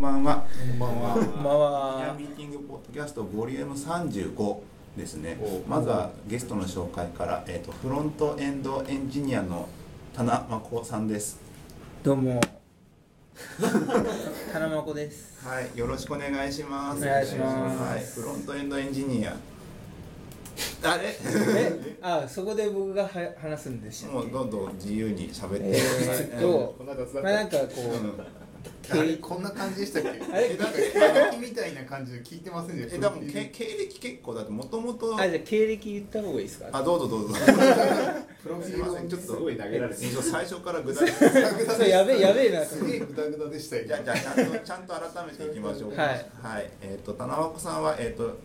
こんばんは。こんばんは。こんばんエアはミ。ーティングポッドキャストボリューム35ですねお。まずはゲストの紹介から、えっ、とフロントエンドエンジニアの田名真子さんです。どうも。 田中子です。はい、よろしくお願いします。お願いしますはい、フロントエンドエンジニア。あれ？え、あ、そこで僕がは話すんでし たもっうけ。どんどん自由に喋ってえください。ーっとこんな雑だまっあたなんかこうんあれこんな感じでしたっけ？あれえなんか聞きみたいな感じで聞いてませんでした。え、多分け経歴結構だってもともとう、あ、じゃあ経歴言った方がいいですか。あどうぞどうぞ。プロフィールをちょっとすごい投げられて。 一応最初から具体的に。そうやべえやべえなすげえグダグダでしたよ。じゃあじゃあちゃんとちゃんと改めていきましょうか。はいえっ、と田中さんはえっ、と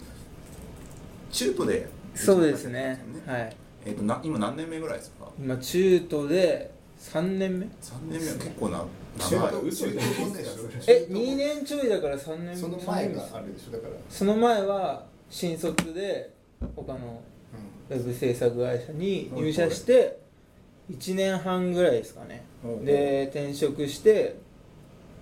中途で。そうですね。はい。えっ、とな今何年目ぐらいですか。今中途で三年目。三年目は結構な中長い。途中途本年でしょえ、二年ちょいだから三年。その前三年目がですあるでしょだから。その前は新卒で他のウェブ制作会社に入社して1年半ぐらいですかねほうほうで転職して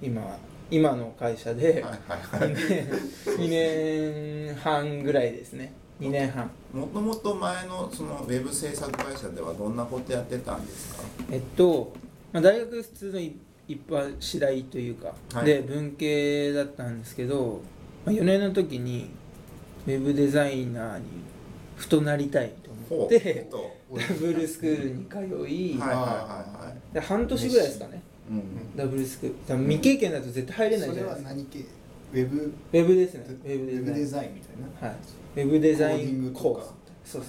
今今の会社ではいはいはい。 2年半ぐらいですね2年半もともと前のそのウェブ制作会社ではどんなことやってたんですか。えっと、まあ、大学普通のい一般次第というか、はいで文系だったんですけど、まあ、4年の時にウェブデザイナーにふとなりたいと思っえてっとう んダブルスクールに通い、はいはいはいはい。で半年ぐらいですかねうん。ダブルスクール多分未経験だと絶対入れないそじれゃないはですか何系？ウェブウェブですウねウェェブブデデザイザインみたンいな。はいウェブデザイコーディンングとかコースそうそうそ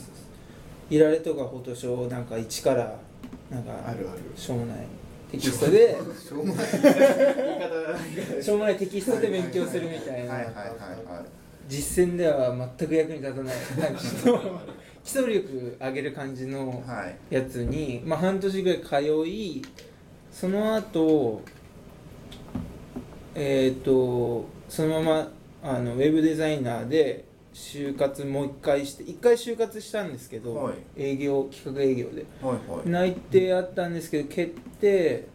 ういられとかフォトショーなんか一からなんかあるある。しょうもないテキストでしょうもない。しょうもないテキストで勉強するみたはいはいいなはいはい。実践では全く役に立たないなんか基礎基礎力上げる感じのはい。やつに、まあ、半年ぐらい通いその後えっ、とそのままあのウェブデザイナーで就活もう一回して一回就活したんですけど、はい営業企画営業ではいはい。内定あったんですけど決定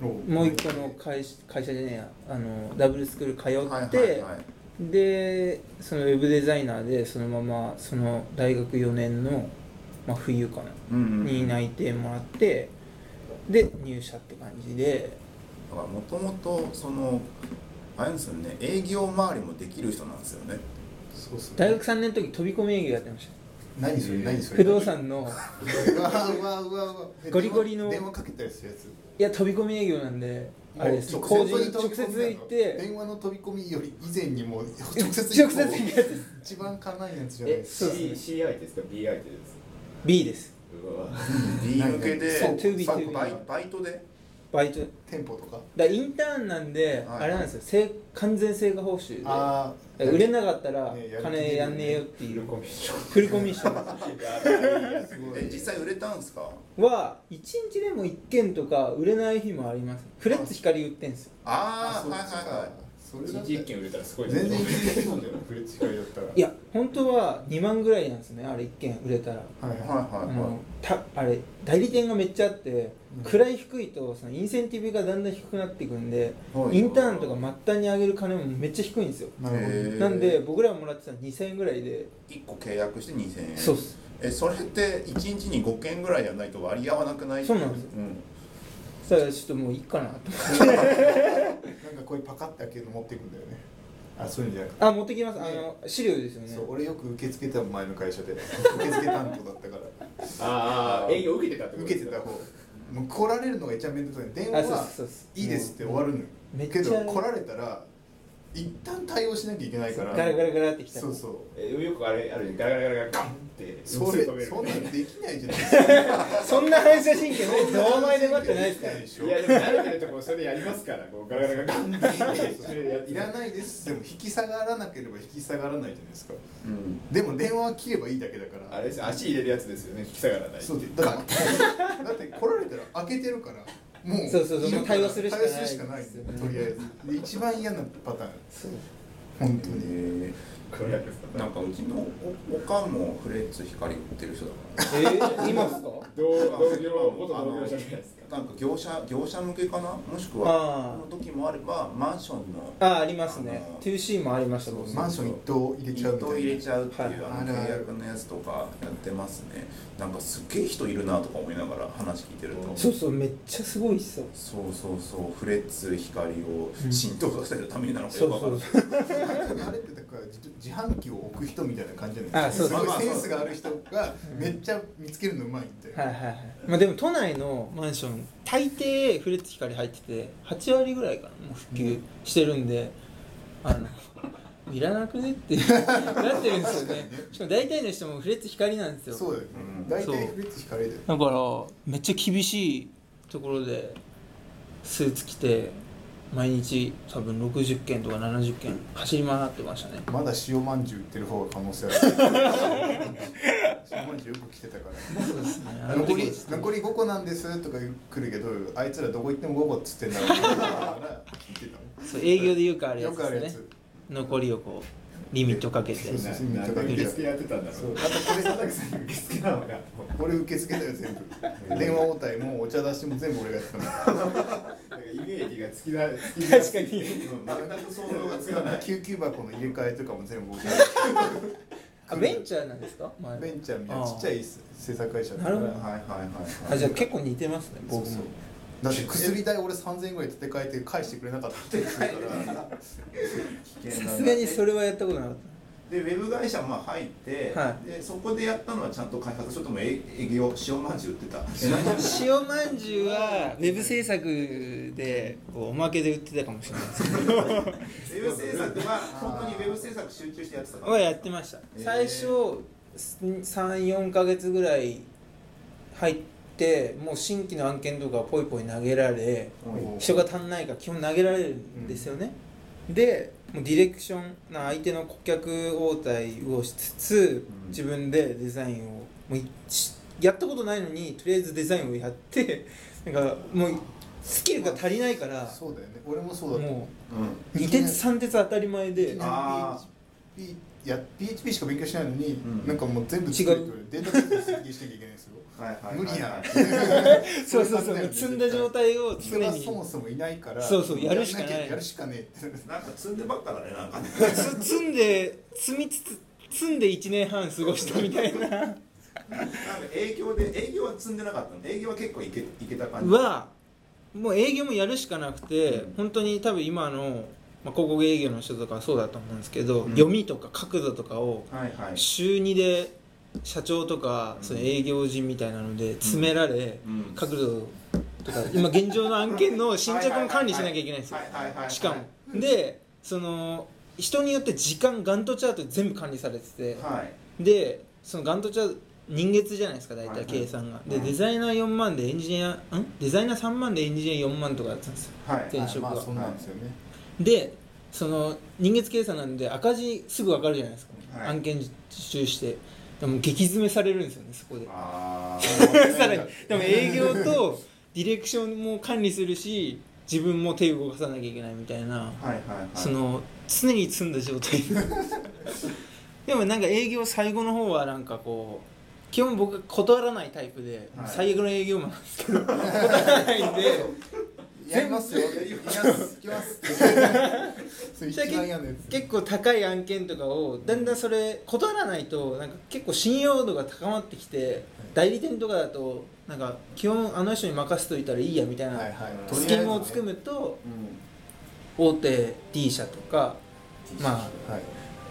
ももう一個の会社会社じゃねえやあのダブルスクール通って、はいはいはい。でそのウェブデザイナーでそのままその大学4年の、まあ、冬かなうんうん。に内定もらってで入社って感じでだからもともとそのあれですよね営業周りもできる人なんですよねそうっすね大学3年の時飛び込み営業やってました何それ何そ不れ動産のうわうわうわうわゴリゴリの電話かけたりするやついや飛び込み営業なんであれですもう工事直に接直接行って電話の飛び込みより以前にもう直 直接接行くやつ一番かないやつじゃないですかそうですね C C I ですか B I です B ですうわ B 向けでそう 2B そう 2B バイバイトでバイト店舗とかだインターンなんで、はいあれなんですよ成完全成果報酬でああ売れなかったらねやる気金やんねえよってビいルうコミッション振り込みしたんですすごいえ実際売れたんですかは1日でも1件とか売れない日もありますフレッツ光売ってんすよああそはっいちかはそれだっ一た日一件売れたらすごいらです全ね然一 日なんだよフレッチ会だったらいや本当は2万ぐらいなんですねあれ1件売れたら、はいいはいはあはいはいのたあれ代理店がめっちゃあって位低いとそのインセンティブがだんだん低くなっていくんではいインターンとか末端に上げる金もめっちゃ低いんですよいなるほどへーなんで僕らもらってたの2000円ぐらいで1個契約して2000円そうっすえそれって1日に5件ぐらいやらないと割り合わなくないそうなんですよんそしたらちょっともういいかなと思ってなんかこういうパカッて開けるの持っていくんだよねあそういうんじゃなくてあ持ってきますあの資料ですよねそう俺よく受け付けた前の会社で受け付け担当だったからああ営業受けてたってこと受けてた方もう来られるのが一番面倒くさい電話あそうはそうそうそういいですって終わるのよめっちゃけど来られたら一旦対応しなきゃいけないからガラガラガラってきたそうそえよくあれあるじゃんガラガラガラガラガンってうそれすぐ止めるそんなんできないじゃないです かそんな反射神経もう堂前で待ってないですからでしょいやでも慣れてるところそれやりますからこうガラガラガラガンってそれやっていらないですでも引き下がらなければ引き下がらないじゃないですかうんでも電話は切ればいいだけだからあれです足入れるやつですよね引き下がらないそうだからだって来られたら開けてるからもうそうそうそういるから対応するしかない対応するしかないんだよとりあえずで一番嫌なパターンそう本当にえこれですーかなんかうちのおおかんもフレッツ光売ってる人だからえー、今っすか同同業元同業者じゃないですかなんか業者業者向けかなもしくあはーの時もあればマンションのああありますねあの 2C もありましたもんねそうマンション一棟入れちゃうみ糸た入いれなちゃうっていう、はいあのあるある契約のやつとかやってますねなんかすっげえ人いるなとか思いながら話聞いてるとそうそうめっちゃすごいっすよそうそうそうフレッツ光を浸透させるためになのかそよくうわかそんなういそうあれってだから自自販機を置く人みたいな感じじゃないですかそあすうごいそうセンスがある人がめっちゃ見つけるのうまいって、はいはいはいまあでも都内のマンション大抵フレッツ光入ってて8割ぐらいかなもう普及してるんで、あのいらなくねってなってるんですよねしかも大体の人もフレッツ光なんですよそうだよね、うん大そう体フレッツ光だよねだからめっちゃ厳しいところでスーツ着て毎日多分60件とか70件走り回ってましたねまだ塩まんじゅう売ってる方が可能性ある塩まんじゅうよく来てたからそうですねあの残時りですね残り5個なんですとか来るけどあいつらどこ行っても5個っつってんだろうなと思いながら聞いてそう営業でよ くあたるよやつくあるでやすねつ残りをこうリミットかけてそうそうそうなんで受付やってたんだそろううあとこれ佐々木さん受付なのかこれ受け付けたよ 全部電話応対もお茶出しも全部俺が やってたのなんかイメージがつきだつきだ確かに全く想像がつかない救急箱の入れ替えとかも全部僕があベンチャーなんですか前はベンチャーみたいなちっちゃい制作会社だかなるらほはいはいはいはいあじゃあ結構似てますねそう僕そもうだって薬代俺3000円ぐらい立て替えて返してくれなかったって言ってたから危険さだなすがにそれはやったことなかったでウェブ会社まあ入って、はでそこでやったのはちゃんと開発それとも営営業塩まんじゅう売ってた塩まんじゅうはウェブ制作でこうおまけで売ってたかもしれないですけウェブ制作は本当にウェブ制作集中してやってたかどらはやってましたえー最初34か月ぐらい入ってもう新規の案件とかポイポイ投げられうん人が足んないから基本投げられるんですよね、でもうディレクションな相手の顧客応対をしつつ、うん自分でデザインをもういしやったことないのにとりあえずデザインをやって なんかもうスキルが足りないからそうだよね俺もそうだったもうんう2鉄3鉄当たり前であ PHP, いや PHP しか勉強しないのに、うんなんかもう全部違う作れてデータベース設計しなきゃいけないんですよはいはいはい無理や んそうそうそうもう積んだ状態を人常がにそもそもいないからそうそうやるしかないやんきゃやるしかねえってなんか積んでばっかだねなんかねつ積んで積みつつ積んで1年半過ごしたみたいななんか営業で営業は積んでなかったの営業は結構いけいけた感じはもう営業もやるしかなくて、うん本当に多分今の、まあ、広告営業の人とかはそうだと思うんですけど、うん読みとか角度とかをはいはい週2で社長とか、うんその営業人みたいなので詰められ、うん角度とか今現状の案件の進捗も管理しなきゃいけないんですよはいはいはいはいはいしかも、でその人によって時間ガントチャートで全部管理されてて、はいでそのガントチャート人月じゃないですか大はいは体い計算が、うんでデザイナー4万でエンジニアんデザイナー3万でエンジニア4万とかだったんですよはい転職がまあそうなんですよね、でその人月計算なんで赤字すぐ分かるじゃないですか、はい案件受注してでも激詰めされるんですよねそこであ さらにでも営業とディレクションも管理するし自分も手を動かさなきゃいけないみたいなあはいはいはいその常に積んだ 状態でもなんか営業最後の方はなんかこう基本僕は断らないタイプで、はい最悪の営業マンなんです けど断らないんでやりますよやります行きますって それ一番嫌なやつ結構高い案件とかをだんだんそれ断らないとなんか結構信用度が高まってきて代理店とかだとなんか基本あの人に任せといたらいいやみたいな、はいはいスキームを作含むむとうん大手 D 社とかまあはい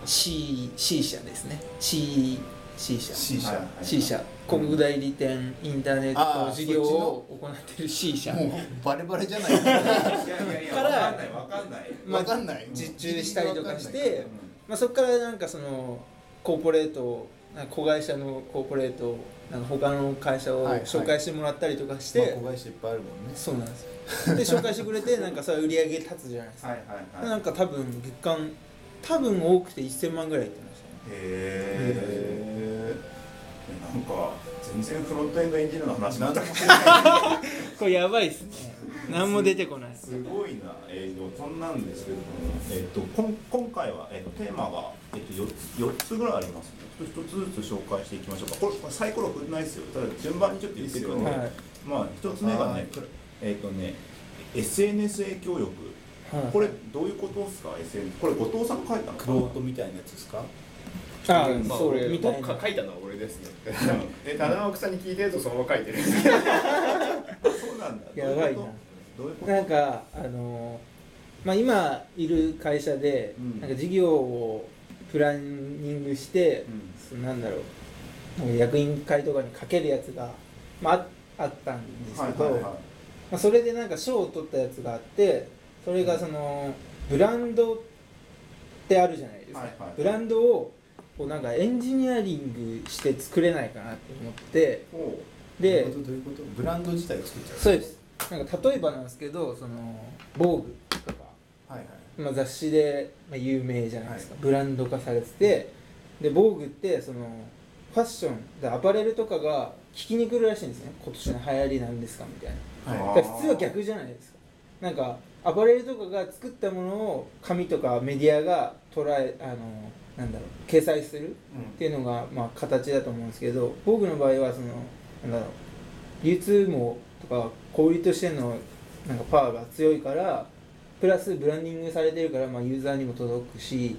C, C 社ですね C, C 社 C 社、はい C 社広告代理店インターネット事業を行ってる C 社もうバレバレじ ゃないいやいやいやかわらかんないわかんないまあわかんない実注したりとかしわて、まあ、そこからなんかそのコーポレートをなんか子会社のコーポレートをなんか他の会社をはいはい紹介してもらったりとかし、してて子会社いっぱいあるもんねそうなんですよで紹介してくれてなんかさ売り上げ立つじゃないですか、はいはいなはいんか多分月間多分多くて1000万ぐらいいってましたねへえなんか全然フロントエンドエンジニアの話なんだこれやばいっすね何も出てこないですすごいな、えー、とそんなんですけれども、えー、とこん今回は、えー、とテーマが、えー、と 4, つぐらいありますので一つずつ紹介していきましょうかこれこれサイコロ振んないですよただ順番にちょっと言ってるので、はいまあ一つ目がはいね、えっ、とね、SNS 影響力。はいこれどういうことですか SNS これ後藤さんが書いたのかクなロートみたいなやつですかあまあそれみたいなか書いたのは俺ですねで七奥さんに聞いてるとそのまま書いてるそうなんだやばどういいなうことどうないうんかあのまあ今いる会社で、なんか事業をプランニングして、そのなんだろうなんか役員会とかにかけるやつが、まあ、ああったんですうけことど、はいはいはまあ、それでなんか賞を取ったやつがあってそれがそのブランドってあるじゃないですか、はいはいブランドをこうなんかエンジニアリングして作れないかなって思っていおうでどういうことどういうことブランド自体を作っちゃうそうですなんか例えばなんですけどその防具とか、はいはいまあ、雑誌でまあ有名じゃないですか、ブランド化されててで防具ってそのファッションでアパレルとかが聞きに来るらしいんですね今年の流行りなんですかみたいなははあーだいから普通は逆じゃないですかなんかアパレルとかが作ったものを紙とかメディアが捉えあのなんだろう掲載するっていうのが、まあ、形だと思うんですけど僕の場合はそのなんだろう流通網とか小売りとしてのなんかパワーが強いからプラスブランディングされてるから、まあ、ユーザーにも届くし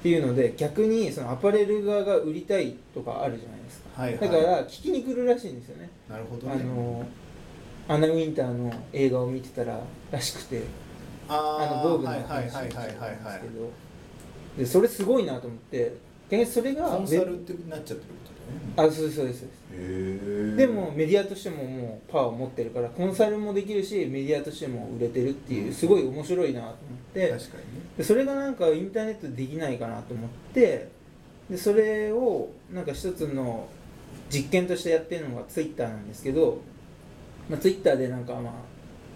っていうので逆にそのアパレル側が売りたいとかあるじゃないですかはいだから聞きに来るらしいんですよねなるほどあねのアナ・ウィンターの映画を見てたららしくてああーの防具のはい話はいをしはていはいたはいんですはけいどでそれすごいなと思って逆にそれがコンサウェルっブてなっちゃってることだよあねそうですそうですそうですへーでもメディアとしてももうパワーを持ってるからコンサルもできるしメディアとしても売れてるっていうすごい面白いなと思って確かにねでそれがなんかインターネットでできないかなと思ってでそれをなんか一つの実験としてやってるのがツイッターなんですけど、まあ、ツイッターでなんかまあ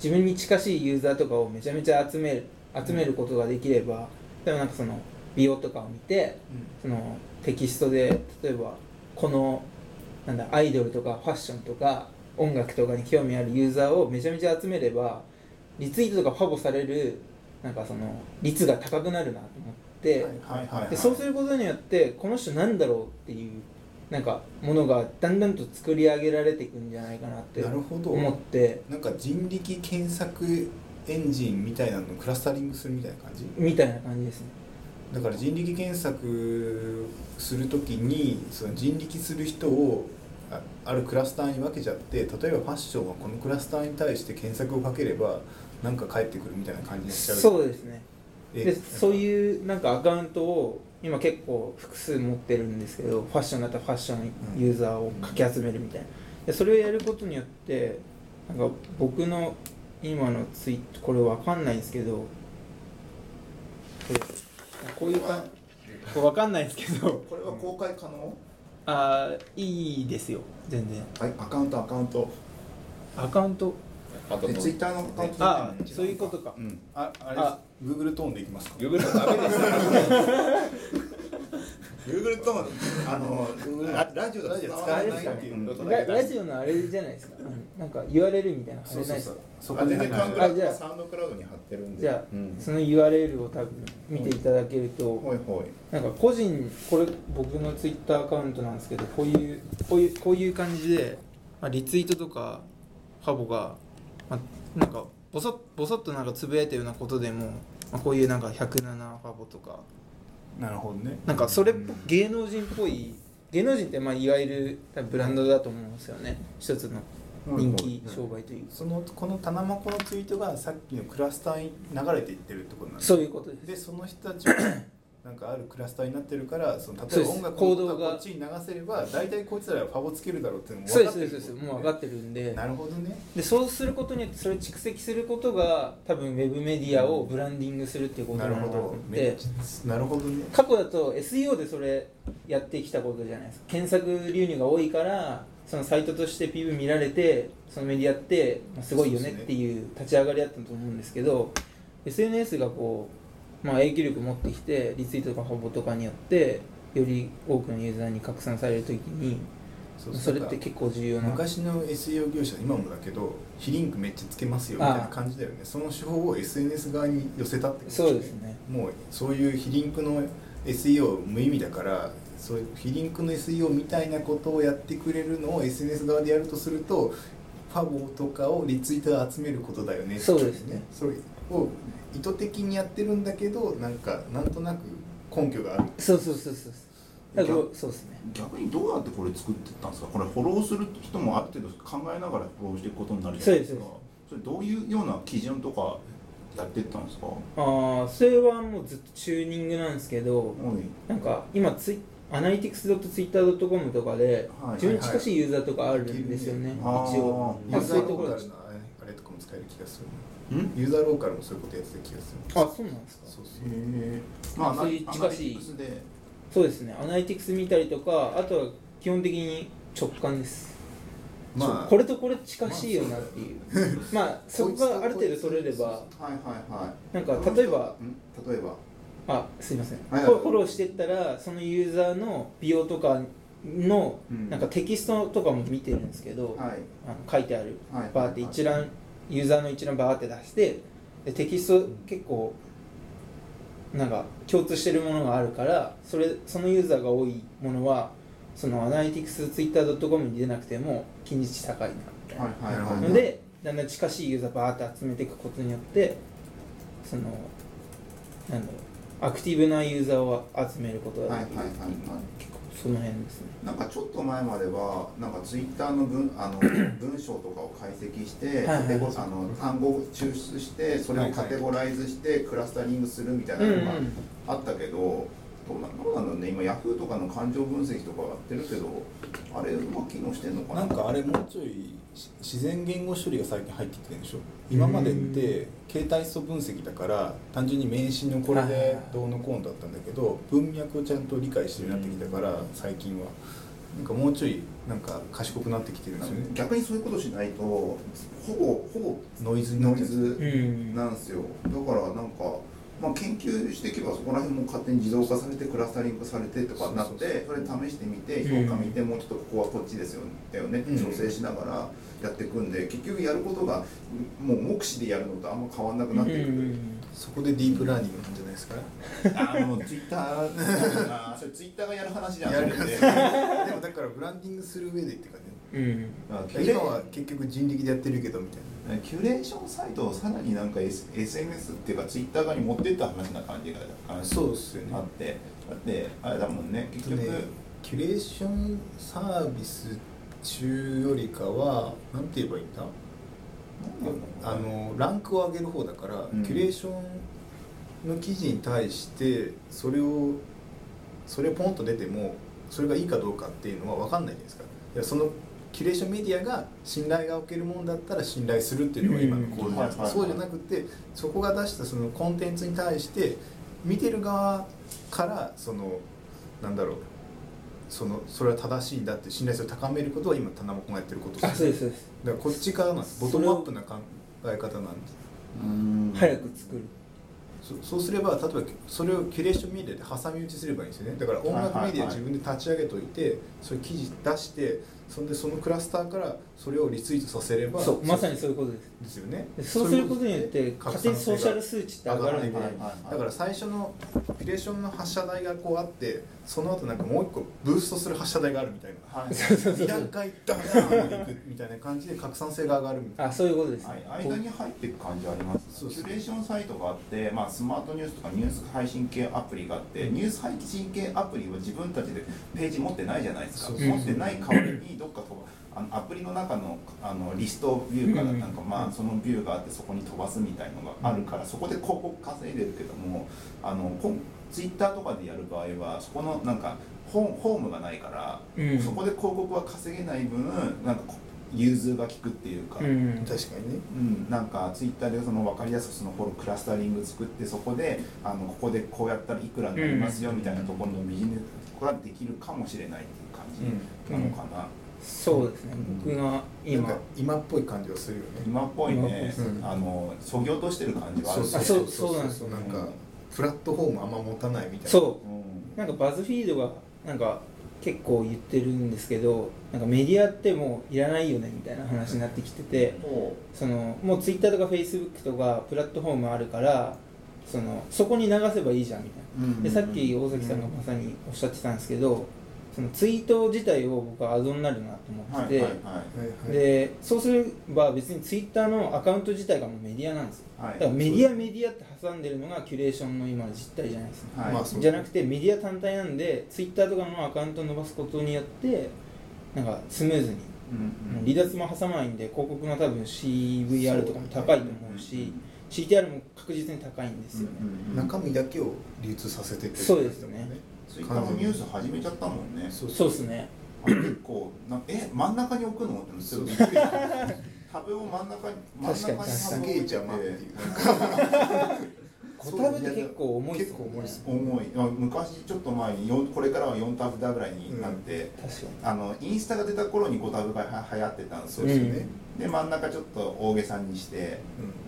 自分に近しいユーザーとかをめちゃめちゃ集める集めることができれば例えばなんかその美容とかを見てそのテキストで例えばこのなんだアイドルとかファッションとか音楽とかに興味あるユーザーをめちゃめちゃ集めればリツイートとかファボされるなんかその率が高くなるなと思って、はいはいはいでそうすることによってこの人なんだろうっていうなんかものがだんだんと作り上げられていくんじゃないかなってなるほど思ってなんか人力検索エンジンみたいなのをクラスタリングするみたいな感じみたいな感じですねだから人力検索するときにその人力する人をああるクラスターに分けちゃって例えばファッションはこのクラスターに対して検索をかければなんか返ってくるみたいな感じにしちゃうそうですねえでそういうなんかアカウントを今結構複数持ってるんですけどファッションだったらファッションユーザーをかき集めるみたいなでそれをやることによってなんか僕の今のツイートこれわかんないんですけどこれこういうかこれわかんないんですけど これは公開可能？あーいいですよ全然はいアカウントアカウント。アカウントあでツイッターのアカウントでああそういうことかうん、ああれあ Google トーンでいきますか Google のダメです Google とのあのララジオだと伝わらないっていうことだラけラジオのあれじゃないですかうんなんか URL みたいなのあれなそういそうですそかうそこあで全然はサウンいはドクラウいじゃドあサウンドクラウドに貼ってるんでじゃあうんその URL を多分見ていただけると、ほいほいなんか個人これ僕のツイッターアカウントなんですけどこういうこういうこういう感じで、まあ、リツイートとかファボが、まあ、なんかボソッボソッとなんかつぶやいたようなことでも、まあ、こういうなんか107ファボとかなるほどねなんかそれっぽ芸能人っぽい芸能人ってまあいわゆる多分ブランドだと思うんですよね一つの人気商売というそのこの棚まこのツイートがさっきのクラスターに流れていってるってことなんですそういうことですでその人た ちはなんかあるクラスターになってるからその例そうでえばす音楽行動がのこっちに流せれば大体こいつらはファボつけるだろうっていうのもそう分でかすそうでってるすそうですもう分かってるんでなるほどねでそうすることによってそれを蓄積することが多分ウェブメディアをブランディングするっていうことななるのかほなとど思っめってちゃなるほどね過去だと SEO でそれやってきたことじゃないですか検索流入が多いからそのサイトとして PV 見られてそのメディアってまあすごいよねそうですねっていう立ち上がりだったと思うんですけど SNS がこう、まあ、影響力持ってきてリツイートとかフォボとかによってより多くのユーザーに拡散されるときにそうそれってなんか結構重要な昔の SEO 業者今もだけど非リンクめっちゃつけますよみたいな感じだよねその手法を SNS 側に寄せたってことそうですねもうそういう非リンクの SEO 無意味だからそういう非リンクの SEO みたいなことをやってくれるのを SNS 側でやるとするとファボとかをリツイートを集めることだよねそうですねそれを意図的にやってるんだけどなんかなんとなく根拠があるそうそうそうそうだからこうそうですね逆にどうやってこれ作ってったんですかこれフォローする人もある程度考えながらフォローしていくことになるじゃないですかそそうれどういうような基準とかやってったんですかああそれはもうずっとチューニングなんですけどおいなんか今ツイアナリティクス .twitter.com とかではい自分に近しいユーザーとかあるんですよね、はい一応あーユまあーザそういーうとロこーろカでルのあれあれとかも使える気がするんユーザーローカルもそういうことやってた気がするあそうなんですかそうそうえーまあそういう近しいアナリティクスでそうですねアナリティクス見たりとかあとは基本的に直感ですまあこれとこれ近しいよなっていうまあそこがある程度取れればはいはいなんはいか例えばん例えばあすいません、はいはいフォフォローしてったらそのユーザーの美容とかのうんなんかテキストとかも見てるんですけど、はいあの書いてあるはいバーって一覧ユーザーの一覧バーって出してでテキスト結構なんか共通してるものがあるからそれそのユーザーが多いものはそのアナリティクス Twitter.com に出なくても近似値高いなみたいな、はいはいなるほどのでだんだん近しいユーザーバーって集めていくことによってそのなんだろうアクティブなユーザーを集めることができるっていう、はいはいはいはい結構その辺ですねなんかちょっと前まではなんかツイッターの文あ の文章とかを解析してはいはカいテゴあの単語を抽出してそれをカテゴライズしてクラスタリングするみたいなのがうんうんあったけど、どうなどうなんだろうね今ヤフーとかの感情分析とかやってるけどあれうまく機能してんのかななんかあれもうちょいし自然言語処理が最近入ってきてるでしょ今までって形態素分析だから単純に名詞のこれでどうのこうのだったんだけど文脈をちゃんと理解してるようになってきたから最近はなんかもうちょいなんか賢くなってきてるんですよね逆にそういうことしないとほぼほノイズぼになっノちイゃうズうんなんですよだからなんか、まあ、研究していけばそこら辺も勝手に自動化されてクラスタリングされてとかなってそれ試してみてうん評価見てもうちょっとここはこっちですよねだよねうん調整しながらやっていくんで結局やることがもう目視でやるのとあんま変わんなくなってくうんうんうる。んそこでディープラーニングなんじゃないですかあーもうツイッターあー それツイッターがやる話じゃんやるそ れってでもだからブランディングする上でって感うんあキュじレ今は結局人力でやってるけどみたいなキュレーションサイトをさらになんか S SNS っていうかツイッター側に持ってった話な感じがあのそうっすよねあってだってあれだもんね結局、ね、キュレーションサービス中よりかはなんて言えばいいんだあのランクを上げる方だから、うんキュレーションの記事に対してそれをそれポンと出てもそれがいいかどうかっていうのは分かんないじゃないですかいやそのキュレーションメディアが信頼が置けるもんだったら信頼するっていうのが今の構図じゃないですか、うんそうじゃなくてそこが出したそのコンテンツに対して見てる側からそのなんだろうそのそれは正しいんだって信頼性を高めることは今田中がやってることあそうですそうですだからこっちからなんですボトムアップな考え方なんですうん早く作るそそうすれば例えばそれをキュレーションメディアで挟み撃ちすればいいんですよねだから音楽メディアはいはいはい自分で立ち上げといてそれ記事出してそんでそのクラスターからそれをリツイートさせればそうまさにそういうことですですよねでそうすることによってそういう勝こ手とにですソねーシャル数値って上がるんで、上がるだから最初のキュレーションの発射台がこうあってその後なんかもう一個ブーストする発射台があるみたい なはい2段階ダーンっていくみたいな感じで拡散性が上がるみたいなあそういうことです、ねはい、間に入っていく感じあります、そうキそうュレーションサイトがあって、まあ、スマートニュースとかニュース配信系アプリがあって、ニュース配信系アプリは自分たちでページ持ってないじゃないですか、そうそう持ってない代わりにどっかとあのアプリの中のあのリストビューからうんなんか、まあ、そのビューがあってそこに飛ばすみたいのがあるから、そこで広告稼いでるけどもあのこんツイッターとかでやる場合はそこのなんかホーホームがないから、うんそこで広告は稼げない分なんかこ融通が利くっていうか。うん確かにねうん、なんかツイッターでその分かりやすくそのフォロークラスタリング作ってそこであのここでこうやったらいくらになりますよみたいなところのビジネスができるかもしれないっていう感じなのかな、そうですねうん僕がなん今か今っぽい感じはするよね今っぽいね、うんあのそぎ落としてる感じはあるそうねそうそうなんですよなんかプラットフォームあんま持たないみたいなそううなんかバズフィードがなんか結構言ってるんですけどなんかメディアってもういらないよねみたいな話になってきてて、んこそのもうツイッターとかフェイスブックとかプラットフォームあるからそのそこに流せばいいじゃんみたいな、うんでさっき大崎さんがまさにおっしゃってたんですけど、そのツイート自体を僕はアドになるなと思ってて、はいでそうすれば別にツイッターのアカウント自体がもうメディアなんですよ、はいだからメディアメディアって挟んでるのがキュレーションの今の実態じゃないですか、はいまあじゃなくてメディア単体なんでツイッターとかのアカウントを伸ばすことによってなんかスムーうズに、んうん離脱も挟まないんで広告の多分 CVR とかも高いと思うし CTR も確実に高いんですよね、中身だけを流通させてってそうですねツイッターのニュース始めちゃったもんねそうそうですねあ結構なえ真ん中に置くのってちょっとびっくりしたタブを真ん中に真ん中確かにタすブをげえ置いて邪魔っていう小タブって結構重いですもんね結重いあ昔ちょっと前によんこれからは4タブだぐらいになって、確かにあのインスタが出た頃に5タブがは流行ってたんですそうよ、ですね、で真ん中ちょっと大げさにして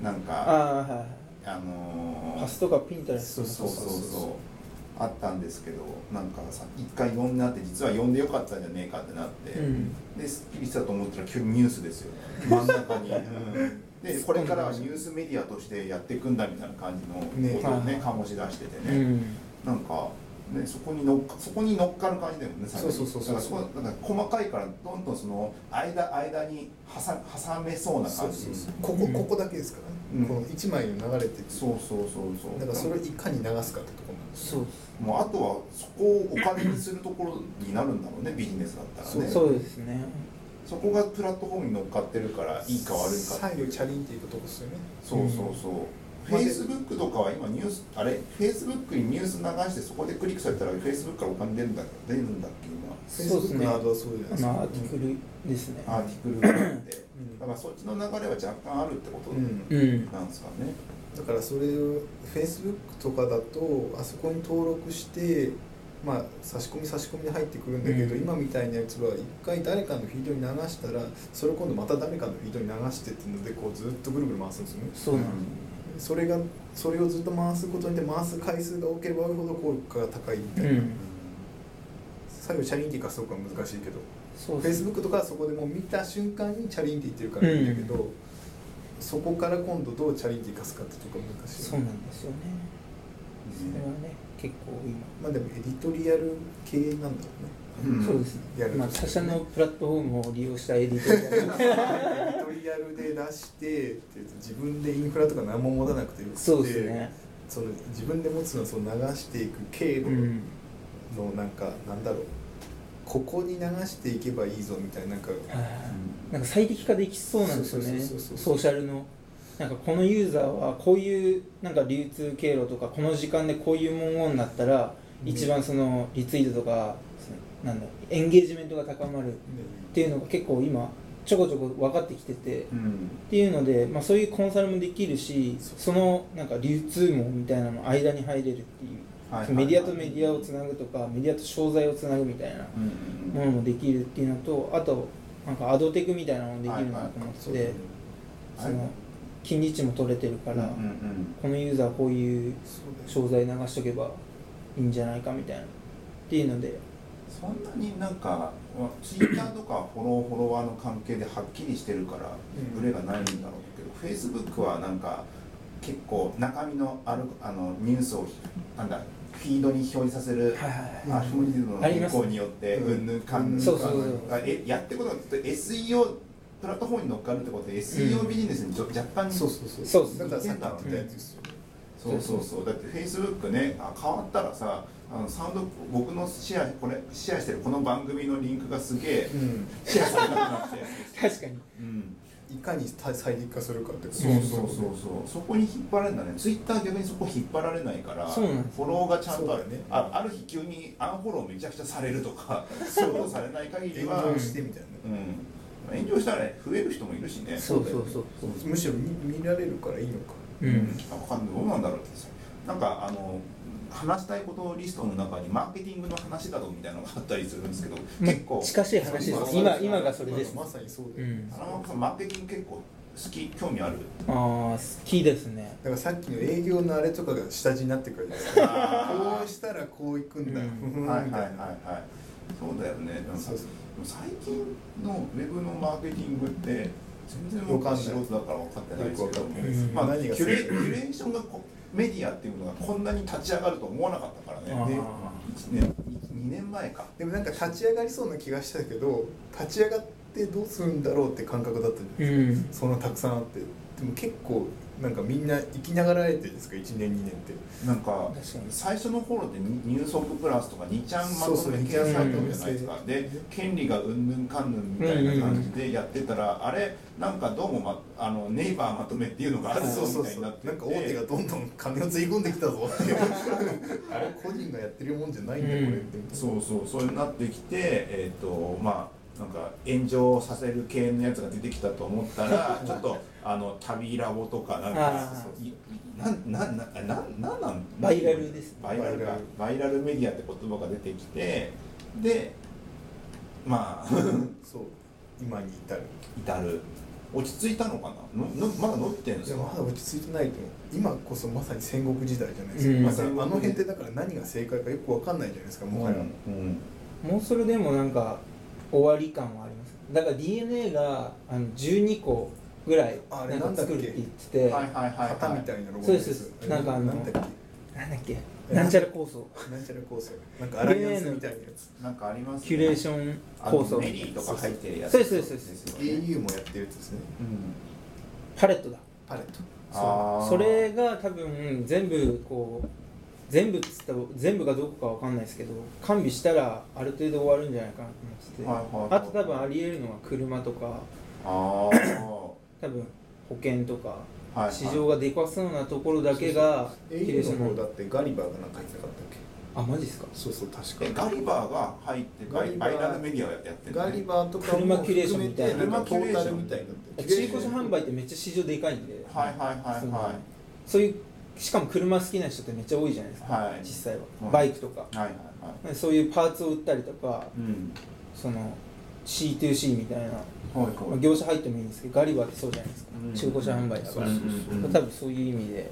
なんあかああはいはいのーパスとかピンタレスそとうかそうそうそうあったんですけどなんかさ一回呼んであって実は呼んでよかったんじゃねえかってなって、うんですっきりしたと思ったら急にニュースですよね真ん中に、うんでこれからはニュースメディアとしてやっていくんだみたいな感じのことをねね醸し出しててうね、んなんか、ね、そこに乗っかそこに乗っかる感じだよねさらにそうそうそうそだかうらそこなんか細かいからどんどんその間間に挟挟めそうなそ感うじそうそうここここだけですからね、うんこの1枚の流れててそうそうそうそうだからそれをいかに流すかってところなんですそうもうあとはそこをお金にするところになるんだろうねビジネスだったらねそうですねそこがプラットフォームに乗っかってるからいいか悪いか左右チャリンっていうとこですよねそうそうそう、フェイスブックとかは今ニュースあれフェイスブックにニュース流してそこでクリックされたらフェイスブックからお金出るんだ出るんだっけ今そうです Facebook ねのアドはそうじゃないですまか、あアーティクルですねアーティクルがあってうんだからそっちの流れは若干あるってことううんんなんですかね、だからそれを Facebook とかだとあそこに登録してまあ差し込み差し込みで入ってくるんだけど、うん今みたいなやつは一回誰かのフィードに流したらそれを今度また誰かのフィードに流してっていうのでこうずっとぐるぐる回すんですよねそうなんそれがそれをずっと回すことによって回す回数が多ければ多いほど効果が高いみたういな、ん最後チャリンティーかすごくは難しいけどそうです Facebook とかはそこでもう見た瞬間にチャリンティーって言うからいいんだけど、そこから今度どうチャリンティーかすかってとこが難しいそよねうなんですよねそれはね結構まあでもエディトリアル系なんだろうね。うん今そうですやねるまあ他社のプラットフォームを利用したエディトリアル エディトリアルで出してって言うと自分でインフラとか何も持たなくてよくてそうですねその自分で持つのをその流していく経う路んのなんか、なんだろうここに流していけばいいぞみたいななんかはいなんか最適化できそうなんですよねそうそうそうそうソーシャルのなんかこのユーザーはこういうなんか流通経路とかこの時間でこういう文言になったらうん一番そのリツイートとかそのなんだエンゲージメントが高まるっていうのが結構今ちょこちょこ分かってきててっうんていうので、まあ、そういうコンサルもできるしそのなんか流通網みたいなの間に入れるっていう、はいはいはいメディアとメディアをつなぐとかメディアと商材をつなぐみたいなうんうんものもできるっていうのとあとなんかアドテクみたいなのもできるなと思ってそうてその近日も取れてるから、うんうんこのユーザーはこういうそう商材流しとけばいいんじゃないかみたいなっていうのでそんなになんかツイッターとかフォローフォロワーの関係ではっきりしてるからうんブレがないんだろうけど、フェイスブックはなんか結構中身のあるあのニュースをなんだフィードに表示させる、はいアはいルゴリズムのありま変す更によってうんうんぬんかんぬんそとうそかうそあうえやってことは SEO プラットフォームに乗っかるってことで SEO ビジネスにちょ若干そうそうそうそうそうだからさっき言ったやつですよ、そうそうそうだってフェイスブックねあ変わったらさあのサウンド僕のシェアこれシェアしてるこの番組のリンクがすげえうんシェアされなくなって、確かにうん、いかに最適化するかってことそうそうそうそうそこに引っ張られるんだねツイッター逆にそこ引っ張られないからそうなんですフォローがちゃんとあるそうだよねあある日急にアンフォローめちゃくちゃされるとかフォローされない限りは炎上してみたいな、うん、炎上したらね増える人もいるしねそうそうそうそうむしろ見見られるからいいのかうんあわかんないどうなんだろうってさなんかあの話したいことリストの中にマーケティングの話だとみたいなのがあったりするんですけど、結構近しい話です今今がそれです、まさにそうだうよ、ん、田あ中さんマーケティング結構好き興味あるあー好きですねだからさっきの営業のあれとかが下地になってくるんですよ こうしたらこういくんだ、うんふふんみはいたはいいなはいはいそうだよねなんかそうそう最近のウェブのマーケティングって全然僕は素人だから分かってないですけどよんくわかないですまあ、何キがュレ正キ解ュレーションがこうメディアっていうものがこんなに立ち上がると思わなかったからねあーね 1, 年2年前かでもなんか立ち上がりそうな気がしたけど立ち上がってどうするんだろうって感覚だったじゃないうんそんなたくさんあってでも結構なんかみんな生きながらえてるんですか1年2年ってなんか確かに最初の頃ってニニューソックプラスとか2ちゃんまそとうそめうケアサイトじゃないですかで権利がうんぬんかんぬんみたいな感じでやってたら、あれなんかどうも、ま、あのネイバーまとめっていうのがあるぞみたいになっててなんか大手がどんどん金をつぎ込んできたぞっていうあれ個人がやってるもんじゃないんだよこれって、そうそうそうなってきてえっ、とまあなんか炎上させる系のやつが出てきたと思ったらちょっとあの旅ラボとかなんかあーそうそういなんなんなんなんなんなんバイラルですねバイラルバイラかルバイラルメディアって言葉が出てきてでまあ そう今に至る至る落ち着いたのかなののまだ伸びてるんでいすやかまだ落ち着いてないと思う今こそまさに戦国時代じゃないでうんすか、まだあの辺ってだから何が正解かよくわかんないじゃないですかもはや、うんうんもうそれでもなんか終わり感はありますだから DNA があの12個ぐらいなあれんか作るって言っててはいはいはい、旗はみい、たいなロゴそうですそうですなんかあのなんだっなんだっけえなんちゃら構想けなんちゃら構想なんかアライアンスみたいなやつなんかありますねキュレーションあの構想メリーとか入ってるやつそうですそうですそうですよね au もやってるやつですねうんパレットだパレットあーそれが多分全部こう全部っつったら全部がどこかわかんないですけど完備したらある程度終わるんじゃないかなとはい思はいはっいててあと多分ありえるのは車とかあ多分保険とかあはい、はい、市場がでかそうなところだけがキュレーシ au ョのン方だってガリバーがなんか入ってなかったっけあマジですかそうそう確えガリバーが入ってバイバイラルメディアをやってる、ね、ガリバーとか車キュレーションみたいななんかトータルみたいになってる中古車販売ってめっちゃ市場でかいんで、はいはいはそいのはそういうしかも車好きな人ってめっちゃ多いじゃないですか、はい実際は、うんバイクとかいはいはいはいそういうパーツを売ったりとかうんその C2C みたいな、はいまはあ、い業者入ってもいいんですけどガリバーってそうじゃないですか、うん中古車販売だから、そうそうそうまあ多分そういう意味で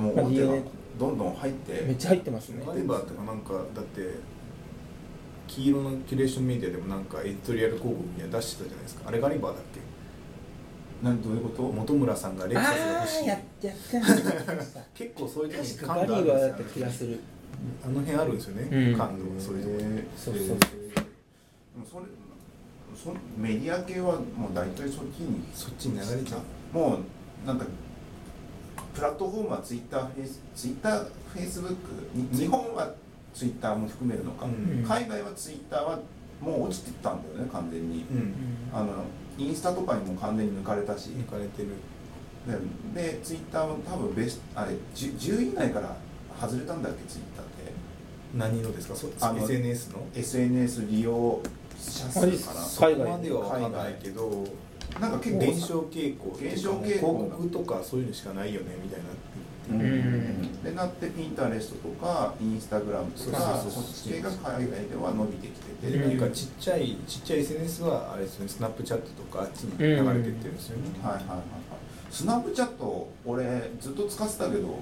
もう大手がどんどん入っめってちゃ入ってますねガリバーとかなんかだって黄色のキュレーションメディアでもなんかエディトリアル広告みたいなの出してたじゃないですかあれガリバーだっけなんどういうこと本村さんがレクサスがあ欲しあいやってやってました結構そういうとこに確かガリバーだった気がするあの辺あるんですようねん感度がそういうとこえーそうそうそうえーでもそれそメディア系はもう大体そっちにそっちに流れちゃうもうなんかプラットフォームはツイッターフェイスツイッターフェイスブック日本はツイッターも含めるのか、うん海外はツイッターはもう落ちてったんだよね完全に、うんあのインスタとかにも完全に抜かれたし、抜かれてるででツイッターも多分ベストあれ 10, 10位以内から外れたんだっけツイッターって何のですかそうあの SNS の SNS 利用者数マジっすかかなそこ海ま外では分かんないけどなんか結構減少傾向減少傾向広告とかそういうのしかないよねみたいなうんんでなってピンタレストとかインスタグラムとかそうそうそうそうそっち系が海外では伸びてきててでってなんいうかはいちっちゃいちっちゃい SNS はあれですよねスナップチャットとかあっちに流れてってるんですよね、はいはいはいスナップチャット俺ずっと使ってたけど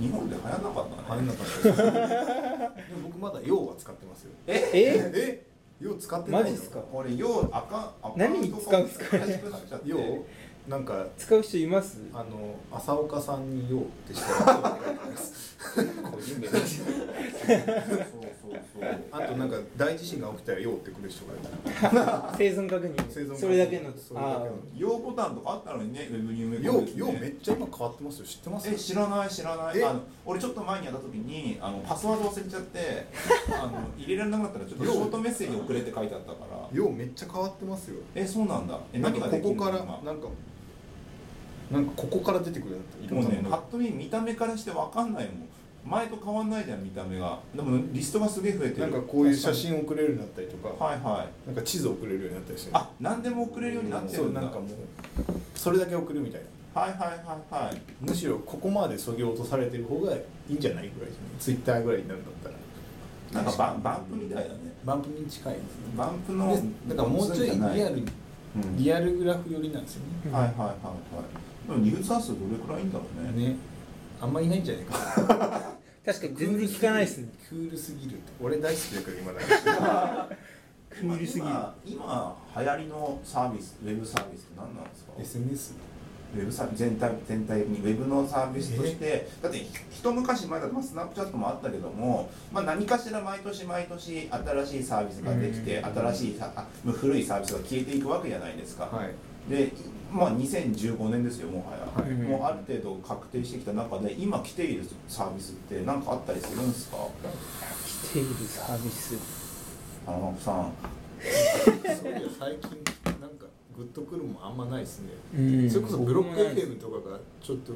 日本で流行らなかった入ねんなかったですでも僕まだ「よう」は使ってますよええよう使ってないマのジっすか俺ようアカアカウント何に使うんすかね新しくなっちゃってようなんか使う人いますあの浅岡さんに「よう」ってしたら個人名だしそうそうそうあとなんか大地震が起きたら「よう」ってくる人がいる生存確認生存確認それだけのそれだけのようボタンとかあったのにねウェブに埋め込よんでう、ようめねっちゃ今変わってますよ。知ってますえ知らない知らないえあの俺ちょっと前にやった時にあのパスワード忘れちゃって あの入れられなくなったらちょっとショートメッセージ送れって書いてあったからようめっちゃ変わってますよ。えそうなんだえなん何かがこできこるのから、今なんか、なんかここから出てくるようにもなうったいねろんぱなっと見見た目からしてわかんないもん前と変わんないじゃん見た目がでもリストがすげえ増えてなるんかこういう写真送れるようになったりとか、はいはいなんか地図送れるようになったりして、あ何でも送れるようになってそるうんだなんかもうそれだけ送るみたいな。はいはいはいはいむしろここまで削ぎ落とされてる方がいいんじゃないぐらいじゃない。ツイッターぐらいになるんだったら、なんかバンバンプみたいだねバンプに近いですね。バンプのでだからもうちょいリアルうに、んリアルグラフ寄りなんですよね。はいはいはいはいでもユーザー数どれくらいいんだろうねね、あんまいないんじゃないかな。確かに全然聞かないですねクールすぎるって俺大好きだから今 だクールすぎる今今流行りのサービスウェブサービスって何なんですか SNS ウェブサ全体全体にウェブのサービスとしてだってひ一昔前だとまあスナップチャットもあったけども、まあ、何かしら毎年毎年新しいサービスができてうん新しいさあ古いサービスが消えていくわけじゃないですか。 はいでまあ、2015年ですよもはや、はいもうある程度確定してきた中で今来ているサービスって何かあったりするんですか来ているサービス花のさんそういや最近なんかグッとくるもんあんまないですね、うんそれこそブロック僕もないです FM とかがちょっと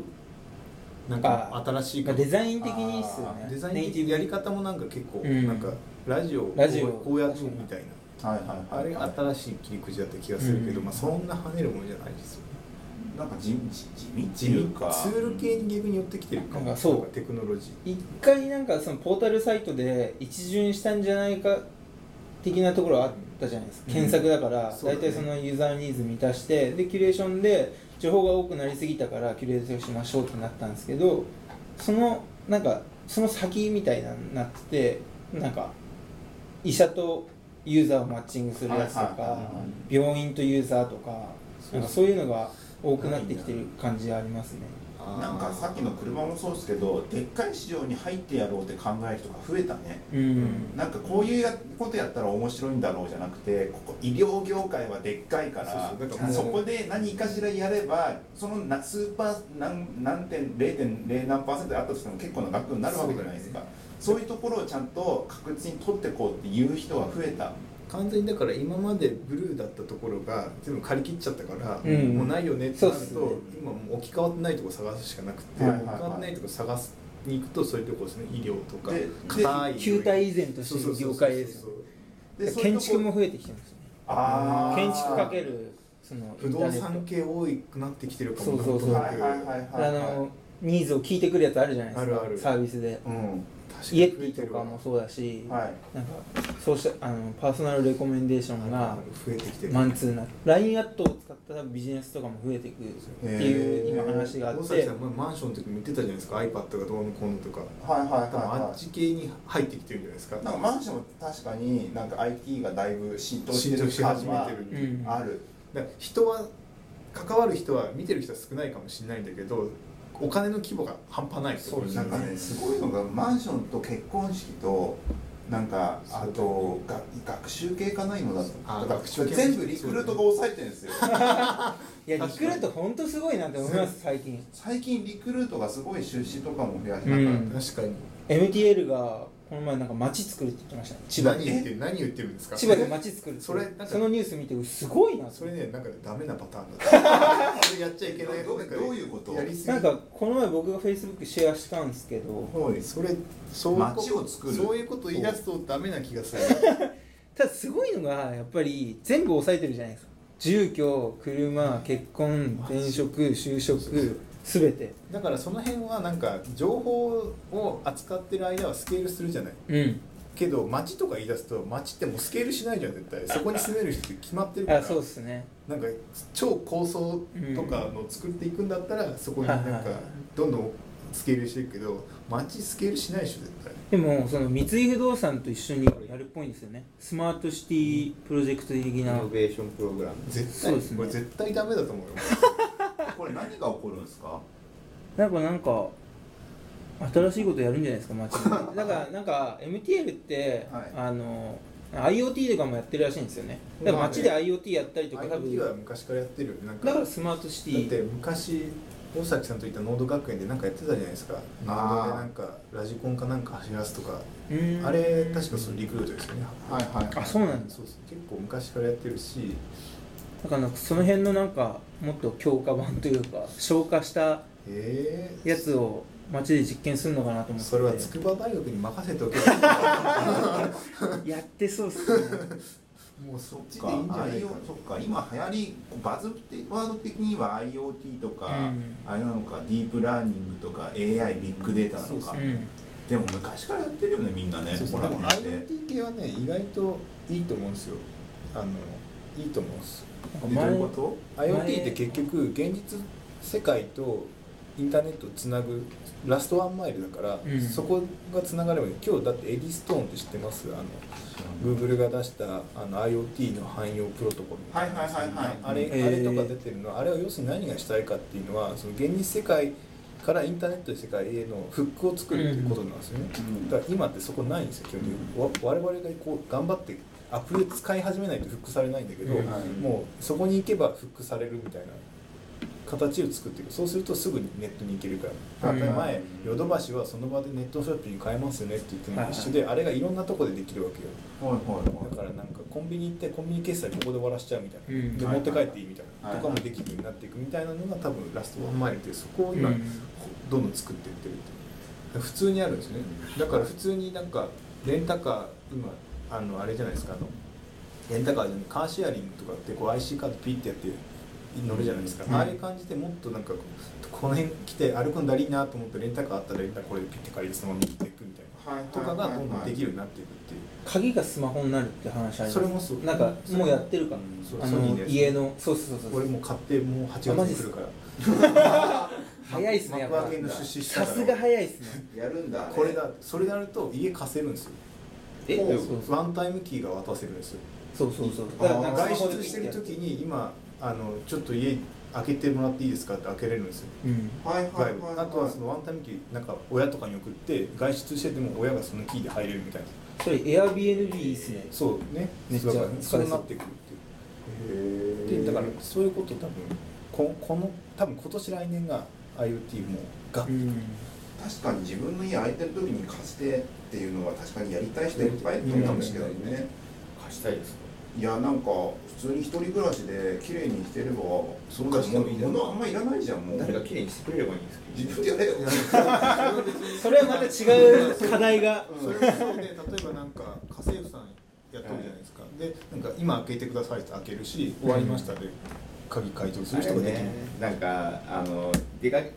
なんか新しいかがもデザイン的にいいっすよねデザネイイティンブやり方もなんか結構うんなんかラジオをこラジオうこうやってみたいはいはいなあはい、れが新しい切り口だった気がするけど、うんまあ、そんな跳ねるもんじゃないですよねなんか地味地味っていうかツール系に逆に寄ってきてるかなんもかそうテクノロジ一回なんかそのポータルサイトで一巡したんじゃないか的なところあったじゃないですか、うん検索だからそう大だね体そのユーザーニーズ満たしてでキュレーションで情報が多くなりすぎたからキュレーションしましょうってなったんですけどそのなんかその先みたいなのになっててなんか医者とユーザーをマッチングするやつとはいはいはいかは病院とユーザーとかなんかそういうのが多くなってきてる感じありますね。ーなんかさっきの車もそうですけどでっかい市場に入ってやろうって考える人が増えたねうんなんかこういうやことやったら面白いんだろうじゃなくてここ医療業界はでっかいからそうそうだそからもうこで何かしらやればそのな数パー何何点0.0何パーセントであったとしても結構な額になるわけじゃないですかそういうところをちゃんと確実に取ってこうっていう人が増えた完全にだから今までブルーだったところが全部借り切っちゃったから、うんもうないよねってなると、そうっすね今もう置き換わってないとこ探すしかなくて、はいはいはい置き換わってないとこ探すに行くとそういうとこですね医療とかで硬い旧体依然としてる業界ですよねそうそうでそういう建とこ築も増えてきてますねあー建築かけるそのそうそう不動産系多くなってきてるかそうもそうそうなはんいとはいなはいくはいあのニーズを聞いてくるやつあるじゃないですかあるあるサービスでうん確かイエにッ増えテてィとるわかもそうだし、はいなんかそうしたあのパーソナルレコメンデーションが増えてきてるマンツーな LINE アットを使ったビジネスとかも増えていくっていう今話があっ大て崎さん前マンションの時も言ってたじゃないですか iPad がどうのこうのとかはいはい多分はいあはっいち系に入ってきてるんじゃないですかなんかマンションも確かになんか IT がだいぶ浸透して浸る透し感始じめはてるんでうんある、だから人は関わる人は見てる人は少ないかもしれないんだけどお金の規模が半端ないってことなんかねねすごいのがマンションと結婚式となんかそうあとが学習系かないのだとあだから学習系全部リクルートが抑えてるんですよいやリクルート本当すごいなって思います最近最近リクルートがすごい出資とかも増やしてうなんんか、確かに MTL がこの前なんか街作るって言ってましたね千葉何に言ってる何言ってるんですか千葉で街作るってそれなんかそのニュース見てすごいなってそれねなんかねダメなパターンだったそれやっちゃいけないどうなんかどういうことやりすぎなんかこの前僕が Facebook シェアしたんですけどはいそれそういうこと街を作るそういうこと言い出すとダメな気がするただすごいのがやっぱり全部抑えてるじゃないですか住居車結婚転職就職全てだからその辺はなんか情報を扱ってる間はスケールするじゃないうんけど街とか言い出すと街ってもうスケールしないじゃん絶対そこに住める人って決まってるからあそうですねなんか超高層とかの作っていくんだったら、そこになんはいかはいはいどんどんスケールしていくけど街スケールしないでしょ絶対でもその三井不動産と一緒にやるっぽいんですよねスマートシティプロジェクト的イなノベーションプログラム絶そう対、ですねこれ絶対ダメだと思うよこれ何が起こるんですかなんかなんか新しいことやるんじゃないですか街 でだからなんか MTL って、はいあの IoT とかもやってるらしいんですよねだから街で IoT やったりとか多 IT は分昔からやってるよねなんかだかだらっスマートシティて昔大崎さんといた農道学園でなんかやってたじゃないですか農道でなんかラジコンかなんか走らすとかうんあれ確かそのリクルートですよねはいはいあそうなんですそうそう結構昔からやってるしだからなんかその辺のなんかもっと強化版というか消化したええやつを街で実験するのかなと思ってそれは筑波大学に任せておけば やってそうっすねもうそっちそでいいんじゃないかっか IO そっか今流行りバズってワード的には IoT とか、うんあれなのかディープラーニングとか AI ビッグデータなそのうそかううんでも昔からやってるよねみんなねそうそうほでらも見て IoT 系はね意外といいと思うんですよあのいいと思うんですなんでかどういうこ前と IoT って結局現実世界とインターネットをつなぐラストワンマイルだから、うんそこがつながればいい今日だってエディストーンって知ってますあの Google が出したあの IoT の汎用プロトコルみたなやつはいはいはいはいあれ、えーあれとか出てるのはあれは要するに何がしたいかっていうのはその現実世界からインターネットの世界へのフックを作るっていうことなんですよね、うんだから今ってそこないんですよ基本的にわ我々がこう頑張ってアプリ使い始めないとフックされないんだけど、うんもうそこに行けばフックされるみたいな形を作っていくそうするとすぐにネットに行けるから、うんだから前ヨドバシはその場でネットショッピング買えますよねって言ってるのと一緒で、あれがいろんなとこでできるわけよはいはいだからなんかコンビニ行ってコンビニ決済ここで終わらしちゃうみたいな、うんで持って帰っていいみたいな、はいとかもできるようになっていくみたいなのが多分ラストワンマイルっていうそこを今、うんどんどん作っていってるって普通にあるんですよねだから普通になんかレンタカー今あのあれじゃないですかあのレンタカーじゃないカーシェアリングとかってこう IC カードピッてやって乗るじゃないですか、うんああいう感じでもっとなんかこうこの辺来て歩くんだりいいなと思ってレンタカーあったらレンタカーこれでピッて借りてそのまま行っていくみたいなはいとかがどんどんできるるようになっていくっていう。鍵がスマホになるって話ありますそれもそうなんかもうやってるかそうらあソニのーです家のそうそうそうそ俺うもう買ってもう8月に来るから早いっすねやっ幕ぱ開けの出資したさらすが早いっすねやるんだあこれだそれでやると家貸せるんですよえそうそうワンタイムキーが渡せるんですよそうそうそうあーだからなんか外スマホで出してる時に今あのちょっと家開けてもらっていいですかって開けれるんですようんはいはいは外いはい部あとはそのワンタイムキーなんか親とかに送って外出してても親がそのキーで入れるみたいなそれ Airbnb いいっすねそうねめっちゃだから疲れそそううなってくるっていうでだからそういうこと多分ここの多分今年来年が IoT もがっ うん確かに自分の家空いてる時に貸してっていうのは確かにやりたい人いっぱいいるかもしれないね、貸したいですいやなんか普通に一人暮らしで綺麗にしてればそんな貸してもいいじゃん物あんまいらないじゃんもう誰が綺麗にしてくれればいいんですけ自分でやれよそれはまた違う課題がそれもそうで例えばなんか家政婦さんやってるじゃないですか、でなんか今開けてくださいって開けるし終わりましたで鍵解凍する人どができる、ねなんかあの出かけ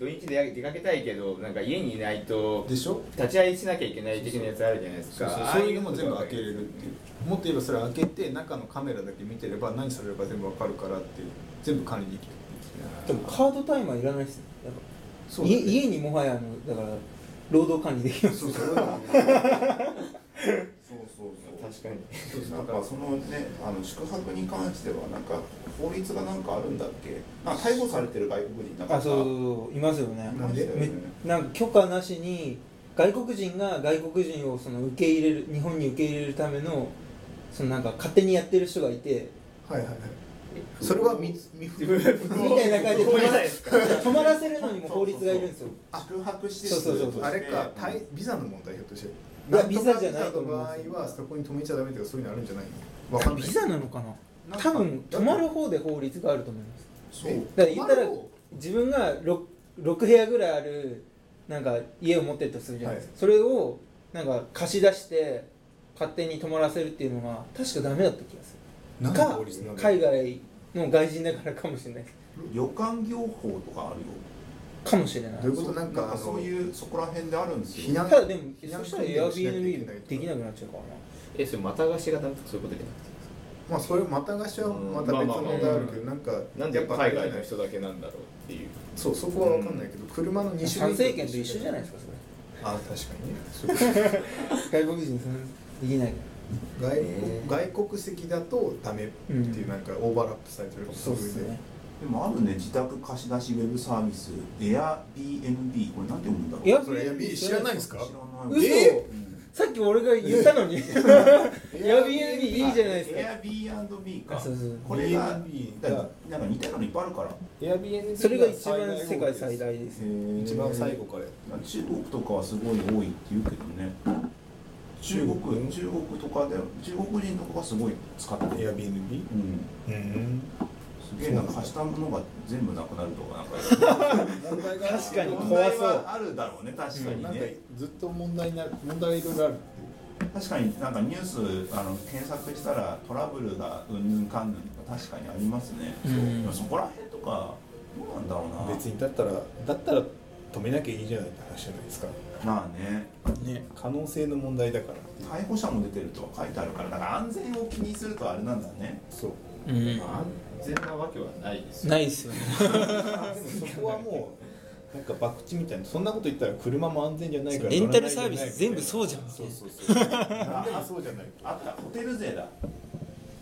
土日で出かけたいけどなんか家にいないとでしょ立ち会いしなきゃいけない的なやつあるじゃないですそうかそうああそういいうのも全部開けれるっていうもっと言えばそれ開けて中のカメラだけ見てれば何されれば全部わかるからっていう全部管理できるでもカードタイマーいらないっすねやっぱそう家家にもはやあのだから労働管理できますそうそうだかそうそう確かにそうなんかそのねあの宿泊に関してはなんか法律がなんかあるんだっけなんか逮捕されてる外国人なかあったそうそうそういますよねなんでめなんか許可なしに外国人が外国人をその受け入れる日本に受け入れるためのそのなんか勝手にやってる人がいてらはいはいはいそれはみみ自 分みたいな感じでこう止ま言いたいらですか止まらせるのにも法律がいるんですよ宿泊施そう設そうそうそうあれかタタイイビザの問題ひょっとしていやビザじゃないんとと思かいのます場合はそこに止めちゃダメとかそういうのあるんじゃないのわかんないビザなのかななんか多分止まる方で法律があると思いますそうだから言ったら止まる方自分が 6, 6部屋ぐらいあるなんか家を持ってるとするじゃないですか、それをなんか貸し出して勝手に泊まらせるっていうのが確かダメだった気がする何のか法律なんだろう海外の外人だからかもしれない旅館業法とかあるよかもしれないどういうことなんかなんかそういうそこら辺であるんですよ避難ただでも避難そしたら訓練をしなきゃいけない Airbnb できなくなっちゃうからなえそれまた貸しがダメとかそういうことじゃなくてまあそれまた貸しはまた別の問題あるけどなんかなんでやっぱ海外の人だけなんだろうっていうそうそこは分かんないけど車の2種参類政権と一緒じゃないですすか かあ確かにねそれ外国人そんなできないか外え国ー外国籍だとダメっていうなんかオーバーラップされてるらそうですねでもあるね、自宅貸し出しウェブサービス、Airbnb、これなんて読むんだろう。いやそれいや知らないんです知からない嘘、えさっき俺が言ったの に Airbnb いいじゃないですか Airbnb あかそうそう。これが、 Airbnb だからなんか似たようなのいっぱいあるから。 Airbnb それが一番世界最大です一番最後から中国とかはすごい多いって言うけどね。中国、中国とかで、中国人とかがすごい使ってる。 Airbnb うん。うんすげえなんか貸したものが全部なくなるとか、なん か。問題が確かに問怖題そうはあるだろうね、確かになんかね。ずっと問題になる問題がいろいろある確かになんかニュースあの検索したらトラブルがうんぬんかんぬんとか確かにありますね、うんでもそこら辺とかどうなんだろうな別にだったらだったら止めなきゃいいじゃないって話じゃないですかまあねね可能性の問題だから逮捕者も出てるとは書いてあるからだから安全を気にするとあれなんだねそううんまあ安全なわけはないですよないですよねでもそこはもうなんか博打みたいなそんなこと言ったら車も安全じゃないからレンタルサービス全部そうじゃんそうそうそうなんでもそうじゃないあったホテル税だ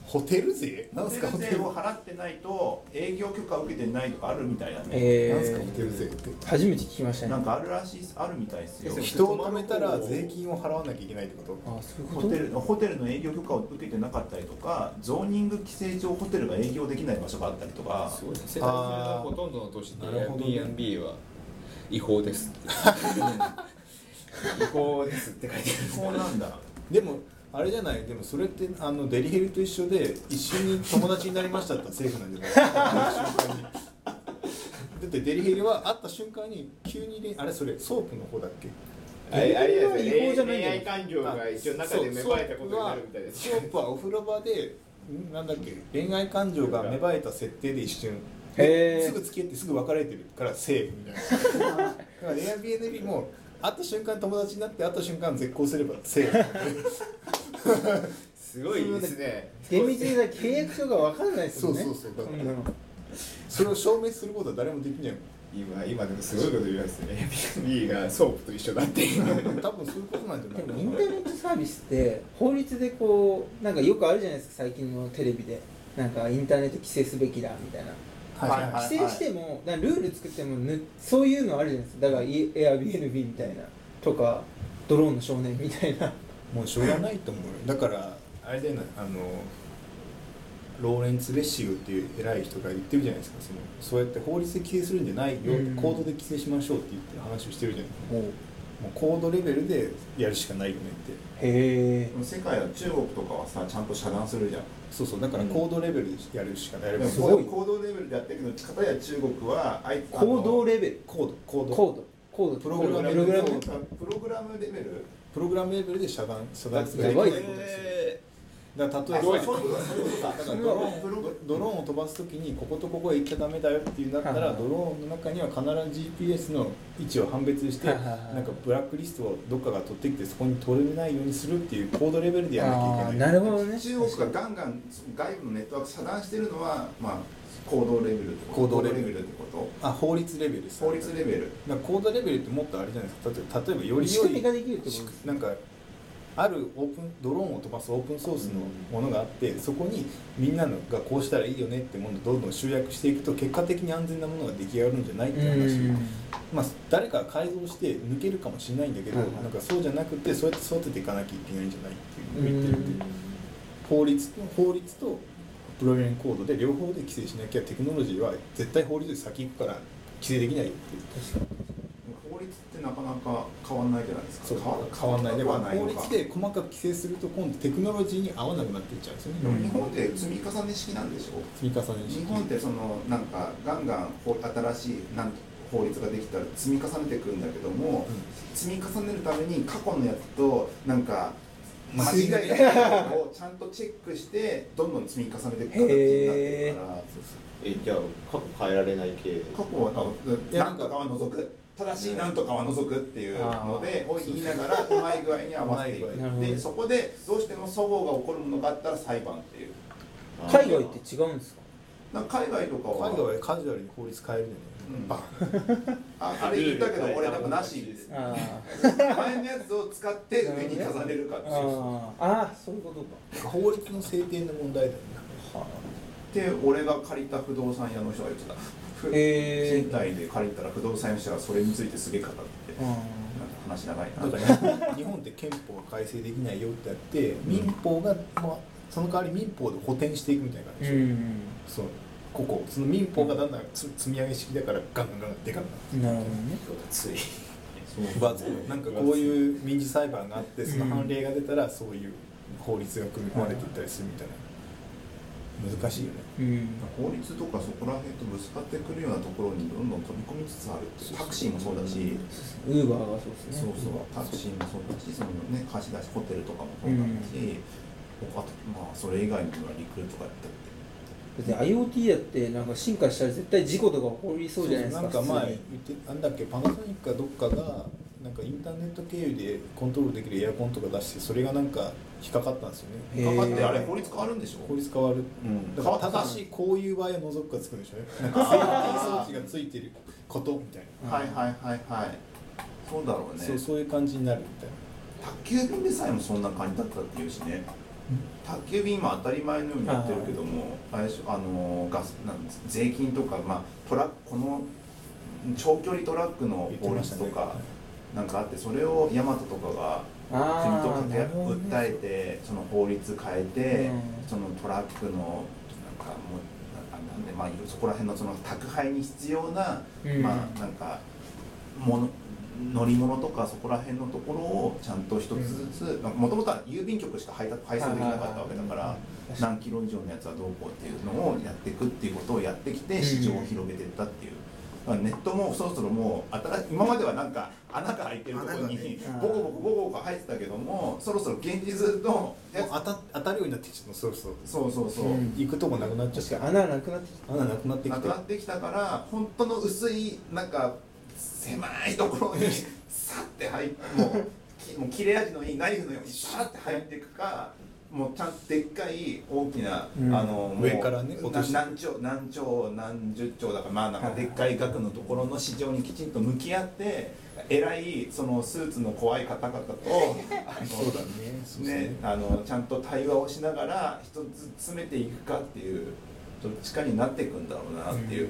ホテル税なホんすテかルホテ税ルを払ってないと営業許可を受けてないとかあるみたいだね、えなんすかホテル税って初めて聞きましたねなんかあるらしいっすあるみたいですよ人を止めたら税金を払わなきゃいけないってことあそういうこホとテルホテルの営業許可を受けてなかったりとかゾーニング規制上ホテルが営業できない場所があったりとかすごいですね。生活するのはほとんどの都市であーなるほどね Airbnb は違法です。違法ですって書いてそうなんだでもあれじゃないでもそれってあのデリヘルと一緒で一緒に友達になりましたって政府なんじゃない 瞬間にだってデリヘルは会った瞬間に急にねあれそれソープの方だっけ ある。あれあれです違法じゃよないんだね。恋よ愛感情が一応中で芽生えたことになるみたいですソ。ープはお風呂場でんなんだっけ恋愛感情が芽生えた設定で一瞬へーすぐ付き合ってすぐ別れてるからセーフみたいなだから Airbnb も会った瞬間友達になって会った瞬間絶交すればセーフすごいですね。厳密に言ったら契約書が分かんないですもんねそうそうそうだからんなのそれを証明することは誰もできないもん今今でもすごいこと言いますね。Airbnb がソープと一緒だって。多分そういうことなんじゃなでいかもなインターネットサービスって法律でこうなんかよくあるじゃないですか最近のテレビでなんかインターネット規制すべきだみたいなはいはいはい規制してもだからルール作ってもぬそういうのあるじゃないですかだから Airbnb みたいなとかドローンの少年みたいなもうしょうがないと思うよだからあれだよなあのローレンツ・レッシグっていう偉い人が言ってるじゃないですかそのそうやって法律で規制するんじゃないよ、うんコードで規制しましょうって言って話をしてるじゃないですかもうコードレベルでやるしかないよねってへえでも世界は中国とかはさちゃんと遮断するじゃんそうそうだからコードレベルでやるしかない、でもすごい行動レベルでやってるけど片や中国はあいあの行動レベルコードコードコードコードプログラムプログラムねプログラムレベルプログラムレベルで遮断遮断するやばいってことですよだから例えあそうばいうことだそういうことだだからドローンプログドローンを飛ばすときにこことここへ行っちゃダメだよっていうなったはいらはいドローンの中には必ず GPS の位置を判別してはないんはいはいかブラックリストをどっかが取ってきてそこに取れないようにするっていうコードレベルでやらなきゃいあーけなないるほどね中国がガンガン外部のネットワーク遮断してるのは、まあ、行動レベルってこと行動レベルってこあ法律レベルですと法律レベルなんかコードレベルってもっとあれじゃないですか例えば例えばより仕よ組みりができるってことですなんかあるオープンドローンを飛ばすオープンソースのものがあってそこにみんなのがこうしたらいいよねってものをどんどん集約していくと結果的に安全なものが出来上がるんじゃないっていう話うんまあ、誰かが改造して抜けるかもしれないんだけど、はいはいなんかそうじゃなくてそうやって育てていかなきゃいけないんじゃないっうていうのを言ってるんでん法律法律とプログラミングコードで両方で規制しなきゃテクノロジーは絶対法律で先行くから規制できないよっていう法律ってなかなか変わんないじゃないですかそう変わ変わんないで変わんない法のか律で細かく規制すると今度テクノロジーに合わなくなっていっちゃうんですよね、でも日本って積み重ね式なんでしょ積み重ねに日本ってそのなんかガンガン法新しいなん法律ができたら積み重ねていくんだけども、積み重ねるために過去のやつとなんか間違いがないのをちゃんとチェックしてどんどん積み重ねていく形になってるからえじゃあ過去変えられない系。過去はいやなんとかは除く正しいなんとかは除くっていうのでを言いながらうまい具合に合わせていくうまい具合でそこでどうしても齟齬が起こるものがあったら裁判っていう海外って違うんですかなんか海外とか海は外はカジュアルに法律変えるじゃない、うんバンああれ言ったけど俺なんかなしですああ前のやつを使って上に重ねるかっていうああそういうことか法律の制定の問題だよねで俺が借りた不動産屋の人が言ってたふへー賃貸で借りたら不動産屋の人がそれについてすげえ語ってうんなんか話長いなだから日本って憲法が改正できないよってやって民法が、まあ、その代わり民法で補填していくみたいな感じでしょ、そのここその民法がだんだんつ積み上げ式だからガンガンガンでかくななってるほどねつい。分厚くなんかこういう民事裁判があってその判例が出たらそういう法律が組み込まれていったりするみたいな難しいよねうん法律とかそこら辺とぶつかってくるようなところにどんどん飛び込みつつあるっていうタクシーもそうだしウーバーがそうですねそうそうタクシーもそうだしそのね貸し出しホテルとかもそうだし他とまあそれ以外にもリクルートがやったってだって IoT だってなんか進化したら絶対事故とか起こりそうじゃないですかんか前普言ってなんだっけパナソニックかどっかがなんかインターネット経由でコントロールできるエアコンとか出してそれがなんか引っかかったんですよねへ引ーっかかってあれ法律変わるんでしょ法律変わるうんだから変わった 正しいこういう場合は除くがつくんでしょうねなんかセーフティー装置がついてることみたいはいはいはいはいそうだろうな、ねそうそういう感じになるみたいな宅急便でさえもそんな感じだったっていうしね宅急便今当たり前のようにやってるけどもあれでしょあのガスなん税金とか、まあ、トラックこの長距離トラックの言って法ま律したとねか、なんかあってそれをヤマトとかが国とあかあで訴えて、その法律変えて、うんそのトラックのなんかもうななんでまあそこら辺のその宅配に必要な、うんまあなんかもの乗り物とかそこら辺のところをちゃんと一つずつもともとは郵便局しか配達配送できなかったわけだから何キロ以上のやつはどうこうっていうのをやっていくっていうことをやってきて市場を広げていったっていう。だからネットもそろそろもう新し今まではなんか穴が開いてるところに穴がねボコボコボコボコ入ってたけどもそろそろ現実のやもうつ当た当たるようになってきちゃったそろそろそうそうそう、うん行くとこなくなっちゃっ確かにた穴なくなってきた穴なくなってきなてくなってきたから本当の薄いなんか狭いところ にさって入ってもうきもう切れ味のいいナイフのようにさって入っていくかもうちゃんとでっかい大きな、うんあのもう上からねな落として何兆何兆何十兆だからまあなんかでっかい額のところの市場にきちんと向き合って偉いそのスーツの怖い方々 とあのそうだねそうそうね、あのちゃんと対話をしながら一つ詰めていくかっていうどっちかになっていくんだろうなっていう、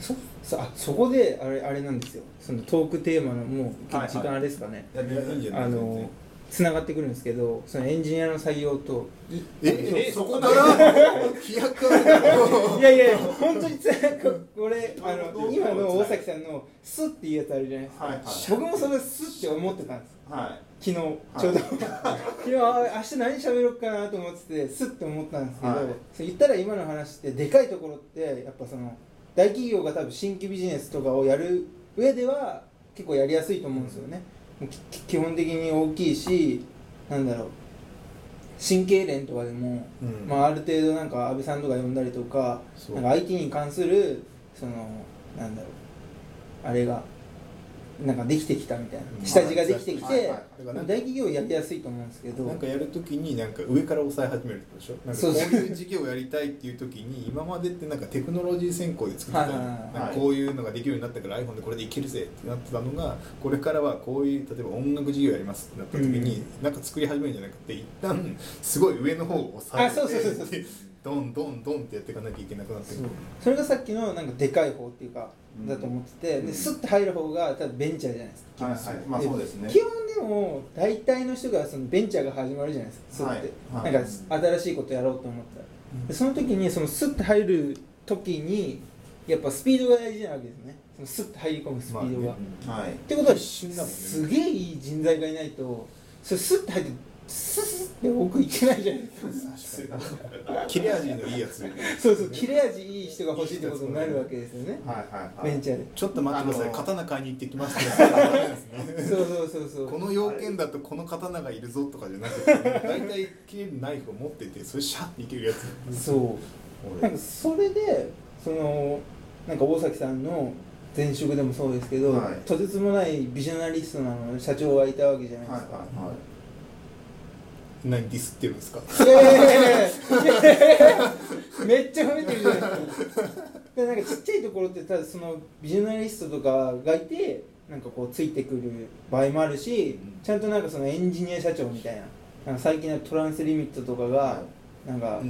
そさあそこであれあれなんですよそのトークテーマのもうはいはい時間あれですかね、いやいやいいんじゃないあのつながってくるんですけどそのエンジニアの採用と いえそこから飛躍あるないやいや本当につながこれあどうのどう今の大崎さんのスッっていうやつあるじゃないですか、はいはい僕もそれスッって思ってたんですは昨日ちょうど、 昨日あ明日何喋ろうかなと思っててスッて思ったんですけど、はいそう言ったら今の話ってでかいところってやっぱその大企業が多分新規ビジネスとかをやる上では結構やりやすいと思うんですよね、もうきき基本的に大きいしなんだろう神経連とかでも、う んまあ、ある程度なんか安倍さんとか呼んだりとかそうなんか IT に関するそのなんだろうあれがなんかできてきたみたいなうん下地ができてきて、はいはいはいだからなん大か企業やりやすいと思うんですけどなんかやるときになんか上から抑え始めるってことでしょなんかそこううそういう事業をやりたいっていうとき に今までってなんかテクノロジー専攻で作ってたはいはいなはいんかこういうのができるようになったから iPhone でこれでいけるぜってなってたのがこれからはこういう例えば音楽事業やりますってなったときになんか作り始めるんじゃなくて一旦すごい上の方を抑えてあそうそうそうそうでどんどんどんってやっていかなきゃいけなくなってくそうるそれがさっきのなんかでかい方っていうか、うんだと思っててでスッと入る方が多分ベンチャーじゃないですかいはいはいまあそうですね基本でも大体の人がそのベンチャーが始まるじゃないですかスッて、はいはいなんか新しいことやろうと思ったら、でその時にそのスッと入る時にやっぱスピードが大事なわけですよねそのスッと入り込むスピードが、まあねはいってことは一瞬だもんねすげえいい人材がいないとそれスッと入ってスッスッって奥行けないじゃないですか切れ味のいいやつそうそう切れ味いい人が欲しいってことになるわけですよねはいはいはいベンチャーでちょっと待ってくださあいの刀買いに行ってきますねそうそうそうそうこの要件だとこの刀がいるぞとかじゃなくて大体切れるナイフを持っててそれシャッていけるやつそうなんかそれでそのなんか大崎さんの前職でもそうですけど、はいとてつもないビジョナリストなの社長がいたわけじゃないではいすか、は何ディスってるんですかいやいやいやいやいやいやめっちゃ褒めてるじゃないですかでなんかちっちゃいところってただそのビジョナリストとかがいてなんかこうついてくる場合もあるし、ちゃんとなんかそのエンジニア社長みたいななんか最近のトランスリミットとかはがなんか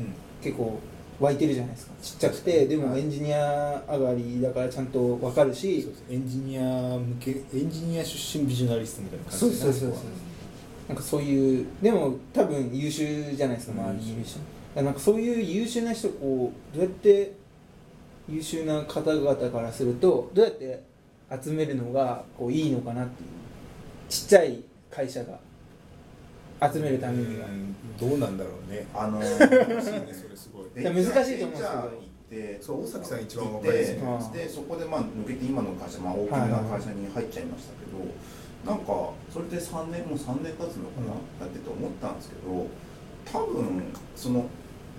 結構湧いてるじゃないですかちっちゃくてでもエンジニア上がりだからちゃんと分かるしエンジニア向けエンジニア出身ビジョナリストみたいな感じそうそうそうそうなんかそういうでも多分優秀じゃないですか周りにいる人だからなんかそういう優秀な人をこうどうやって優秀な方々からするとどうやって集めるのがこういいのかなっていうちっちゃい会社が集めるためにはうんどうなんだろうねあの それすごいいや難ベンしいと思うんですけどチャー行ってそう大崎さん一番わかりやすいねでそこでまあ抜けて今の会社、まあ、大きな会社に入っちゃいましたけど、なんかそれで3年もう3年経つのかな、だってと思ったんですけど多分その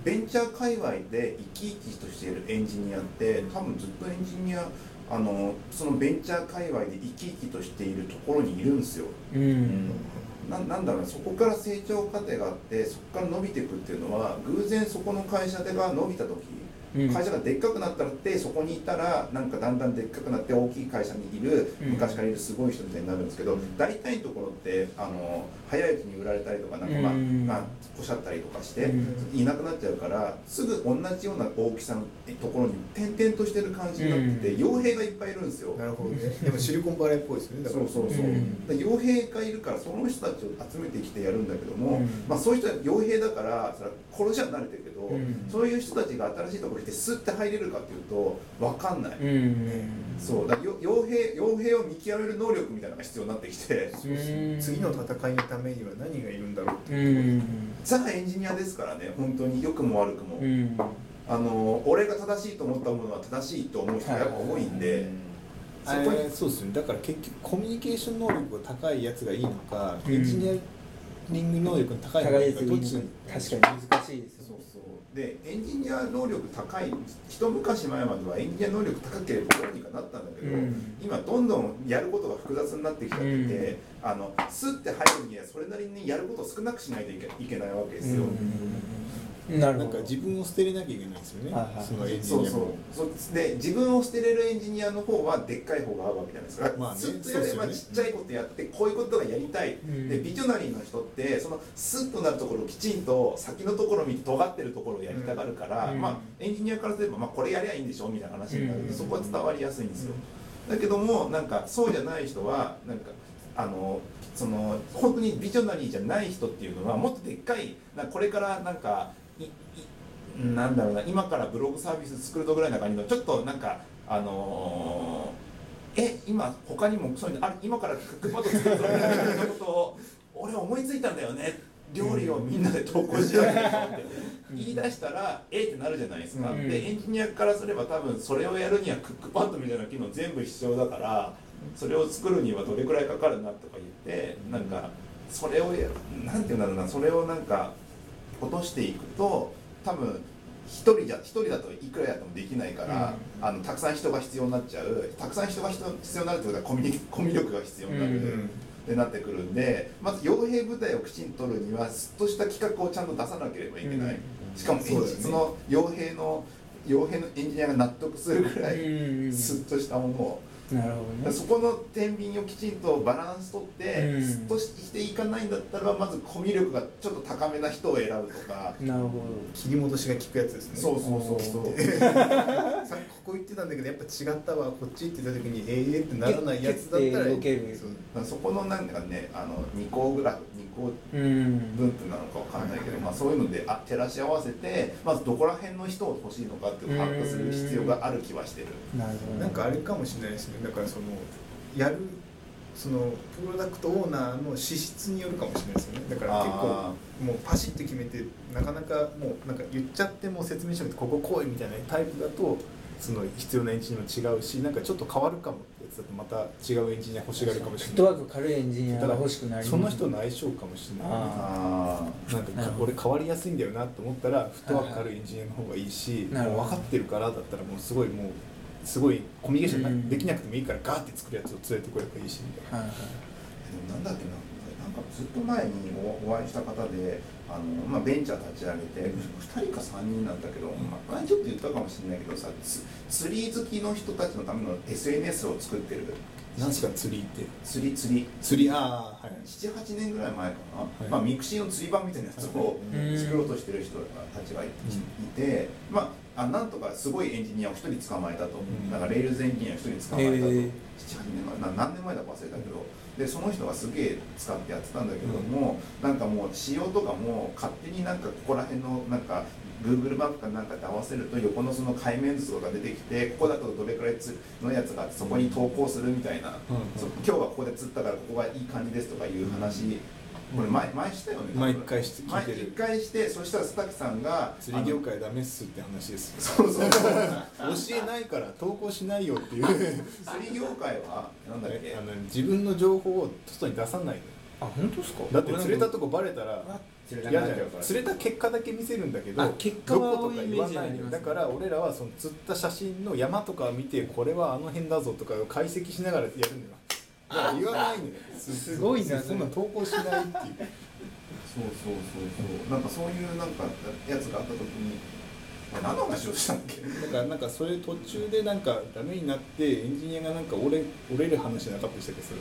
ベンチャー界隈で生き生きとしているエンジニアって多分ずっとエンジニアあのそのベンチャー界隈で生き生きとしているところにいるんですよ。うん、ななんだろうねそこから成長過程があってそこから伸びていくっていうのは偶然そこの会社でが伸びた時うん会社がでっかくなったらってそこにいたらなんかだんだんでっかくなって大きい会社にいるうん昔からいるすごい人みたいになるんですけど、大体のところってあの早いうちに売られたりとかなんかまあ、うんまあ、おっしゃったりとかして、ういなくなっちゃうからすぐ同じような大きさのところに転々としてる感じになってて、傭兵がいっぱいいるんですよ。なるほどねでもシリコンバレーっぽいですよねだかそらうそうそう、うんだから傭兵がいるからその人たちを集めてきてやるんだけども、うんまあ、そういう人は傭兵だからそれは殺しは慣れてるけど、うんそういう人たちが新しいところに来てスッて入れるかっていうと分かんない、うんうんそうだからよ傭兵傭兵を見極める能力みたいなのが必要になってきてうん次の戦いのためには何がいるんだろうってういうところんザ・エンジニアですからね本当に良くも悪くも、うんあの俺が正しいと思ったものは正しいと思う人がやっぱ多いんで、そあこにれそうですねだから結局コミュニケーション能力が高いやつがいいのか、うんエンジニアリング能力の高いのか互い的どっちに確かに難しいですそようそうでエンジニア能力高い一昔前まではエンジニア能力高ければどうにかなったんだけど、うん今どんどんやることが複雑になってきちゃってて、うんあのスッて入るにはそれなりにやることを少なくしないといけいけないわけですよ、うんなるなほんかど自分を捨てれなきゃいけないですよね、はいはいそのエンジそニうアそうもそうで自分を捨てれるエンジニアの方はでっかい方が合うわけじゃないですか、まあねずっとやればそうでちすよねっちゃいことやってこういうことがやりたい、うんでビジョナリーの人ってそのスッとなるところをきちんと先のところを見て尖ってるところをやりたがるから、うんまあ、エンジニアからすれば、まあ、これやりゃいいんでしょみたいな話になるんで、うんそこは伝わりやすいんですよ、だけどもなんかそうじゃない人はなんかあのその本当にビジョナリーじゃない人っていうのはもっとでっかいなんかこれからなんかいいなんだろうな今からブログサービス作るとぐらいな感じのちょっとなんかあのーえ今他にもそういうのある今からクックパッド作るぞみたいなことを俺思いついたんだよね料理をみんなで投稿しようよって言い出したらえってなるじゃないですか、うんでエンジニアからすれば多分それをやるにはクックパッドみたいな機能全部必要だからそれを作るにはどれくらいかかるなとか言ってなんかそれをやなんていうんだろうなそれをなんか落としていくと多分一人じゃ一人だといくらやってもできないから、あのたくさん人が必要になっちゃうたくさん人が必要必要になるってことはコミュニコミュ力が必要になる、うんってなってくるんでまず傭兵部隊をきちんと取るにはすっとした企画をちゃんと出さなければいけない、んしかもエンジそうですねその傭兵の傭兵のエンジニアが納得するくらいうんすっとしたものを、なるだほかどらねそこの天秤をきちんとバランス取って、うんすっとしていかないんだったらまずコミュ力がちょっと高めな人を選ぶとか。なるほ切り戻しが効くやつですねそうそうそうそう さっきここ言ってたんだけどやっぱ違ったわこっちって言った時にええってならないやつだっキュたッらて動けるそうだ からそこのなんかねあの二項グラフ二項どうん分布なのかわかんないけど、まあ、そういうのであ照らし合わせてまずどこら辺の人を欲しいのかっていうのを把握する必要がある気はしてる。なるほどねなんかあれかもしれないですねだからそのやるそのプロダクトオーナーの資質によるかもしれないですよねだから結構あもうパシッと決めてなかなかもうなんか言っちゃってもう説明書なくてこここういみたいなタイプだとその必要なエンジニアも違うしなんかちょっと変わるかもってやつだとまた違うエンジニア欲しがるかもしフッれトなワーク軽いエンジニアが欲しくないりその人の相性かもしれないあーあなんかなるかほど俺変わりやすいんだよなと思ったらフットワーク軽いエンジニアの方がいいしなるほどもう分かってるからだったらもうすごいもうすごいコミュニケーションうんなできなくてもいいからガーって作るやつを連れてこればいいしみたいな。はいはいでもなんだっけななんかずっと前におお会いした方であの、まあ、ベンチャー立ち上げて2人か3人なんだけど、まあ、前ちょっと言ったかもしれないけどさつ釣り好きの人たちのための SNS を作ってる何すか釣りって釣り釣り釣りああはい78年ぐらい前かな、いまあ、ミクシーの釣り版みたいなやつをうん作ろうとしてる人たちがいて、まあ、あなんとかすごいエンジニアを1人捕まえたと、んだからレールズエンジニアを1人捕まえたと、え78ー年前な何年前だか忘れたけどでその人がすげえ使ってやってたんだけども、なんかもう仕様とかも勝手になんかここら辺のなんか Google マップかなんかで合わせると横のその海面図とか出てきてここだとどれくらいつのやつがあってそこに投稿するみたいな、うんそ今日はここで釣ったからここがいい感じですとかいう話これ前前したよね多分毎回して聞前いてる一回してそしたら須崎さんが釣り業界ダメっすって話ですよあのそう そうそう教えないから投稿しないよっていう 釣り業界はなんだっけあの自分の情報を外に出さないあ本当ですかのだって釣れたとこバレたら釣嫌じゃない釣れた結果だけ見せるんだけあど結果はどことか多いイ言わなメージあいりのますだから俺らはその釣った写真の山とかを見てこれはあの辺だぞとかを解析しながらやるのよだから言わないのよすごいなそんな投稿しないっていうそうそうそうそうなんかそういうなんかやつがあった時に何の話をしたんだっけだからなんかそれ途中でなんかダメになってエンジニアがなんか折れ折れる話なかったでしたっけそれ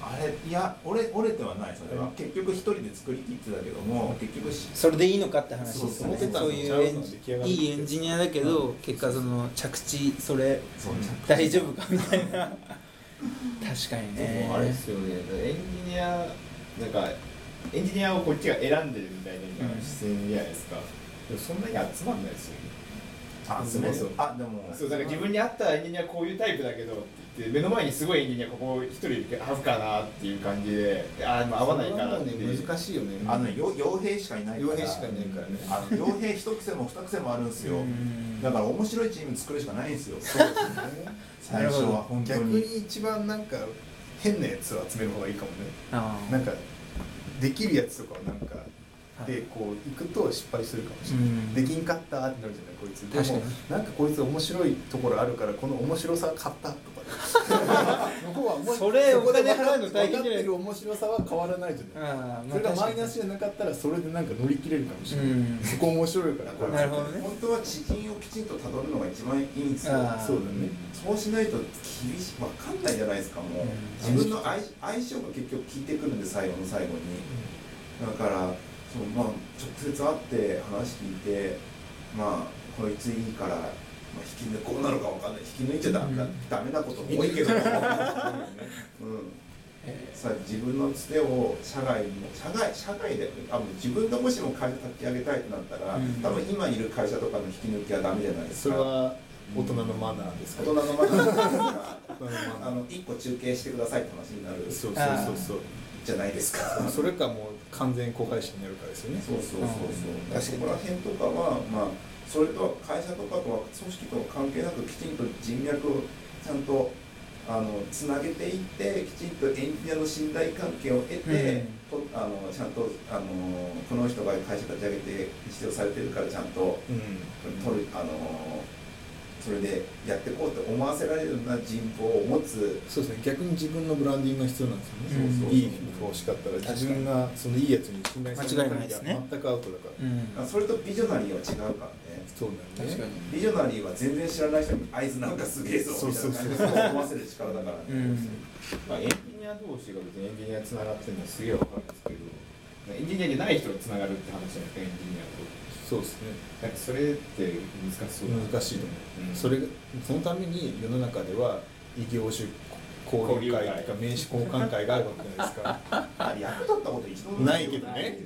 あれいや折れ折れてはないそれは結局一人で作りきってたけども結局しそれでいいのかって話ですよねそうそうそういうエンジそうそういいエンジニアだけど結果その着地それそう大丈夫かみたいな確かにでねもあれですよねエンジニアなんかエンジニアをこっちが選んでるみたいな視線じゃないですか、でもそんなに集まんないですよねあそうそうそうあでもそうなんか自分に合ったエンジニアこういうタイプだけどって言って目の前にすごいエンジニアここ一人いるけど合うかなっていう感じであーまあ合わないかなっていそうれはもうね難しいよねあの ねよ傭兵しかいないから傭兵しかいないからねあの傭兵一癖も二癖もあるんですようんだから面白いチーム作るしかないんですよな最るほ初どは本当逆にに一番なんか変なやつを集める方がいいかもねあーなんかできるやつとかをなんかはいでこう行くと失敗するかもしれうなんいできんかったってなるじゃないこいつで確かもなんかこいつ面白いところあるからこの面白さ買 ったとか向こうは面白いそれこでお金払うの大変じゃない分かってる面白さは変わらないじゃないあーそれがまあマイナスじゃなかったらそれでなんか乗り切れるかもしれないうんそこ面白いからこいつなるほどね本当は知人をきちんとたどるのが一番いいんですよあーそうだねそうしないと厳しい分かんないじゃないですかもう、うん自分の相相性が結局効いてくるんで最後の最後に、だからそう、まあ、直接会って話聞いてまあこいついいから、まあ、引き抜こうなのか分かんない引き抜いちゃダメだ,、うんダメなことも多いけ ど、うん、えさ自分のつてを社外にも社外社外であもう自分がもしも会社立ち上げたいとなったら、うん多分今いる会社とかの引き抜きはダメじゃないですそかれは大人のマナーです大か人のマナーですから大人のマナーあの一個中継してくださいって話になるそうあーそうそうじゃないですか。そうそれかもう完全子会社になるからですよねそうそうそうそう。うんだからそこら辺とかはまあそれとは会社とかとは組織とは関係なくきちんと人脈をちゃんとあのつなげていってきちんとエンジニアの信頼関係を得て、とあのちゃんとあのこの人が会社立ち上げて必要されてるからちゃんとうん取るあのそれでやっていこうって思わせられるような人望を持つ。そうですね逆に自分のブランディングが必要なんですよね、うんいい服欲しかったら自分がそのいいやつに信頼され間違いないですね全くアウトだから、ーうんあそれとビジョナリーは違うからね。そうなんだよねビジョナリーは全然知らない人に合図なんかすげえぞみたいな感じで思わせる力だからね。うんまあ、エンジニア同士が別にエンジニアつながってるのはすげえわかるんですけどエンジニアじゃない人がつながるって話じゃないですかエンジニアそうですねとなんかそれって難しそうだな難しいと思う、うんそれがそのために世の中では異業種交流会とか名刺交換会があるわけじゃないですかあ役立ったこと一度もないけどね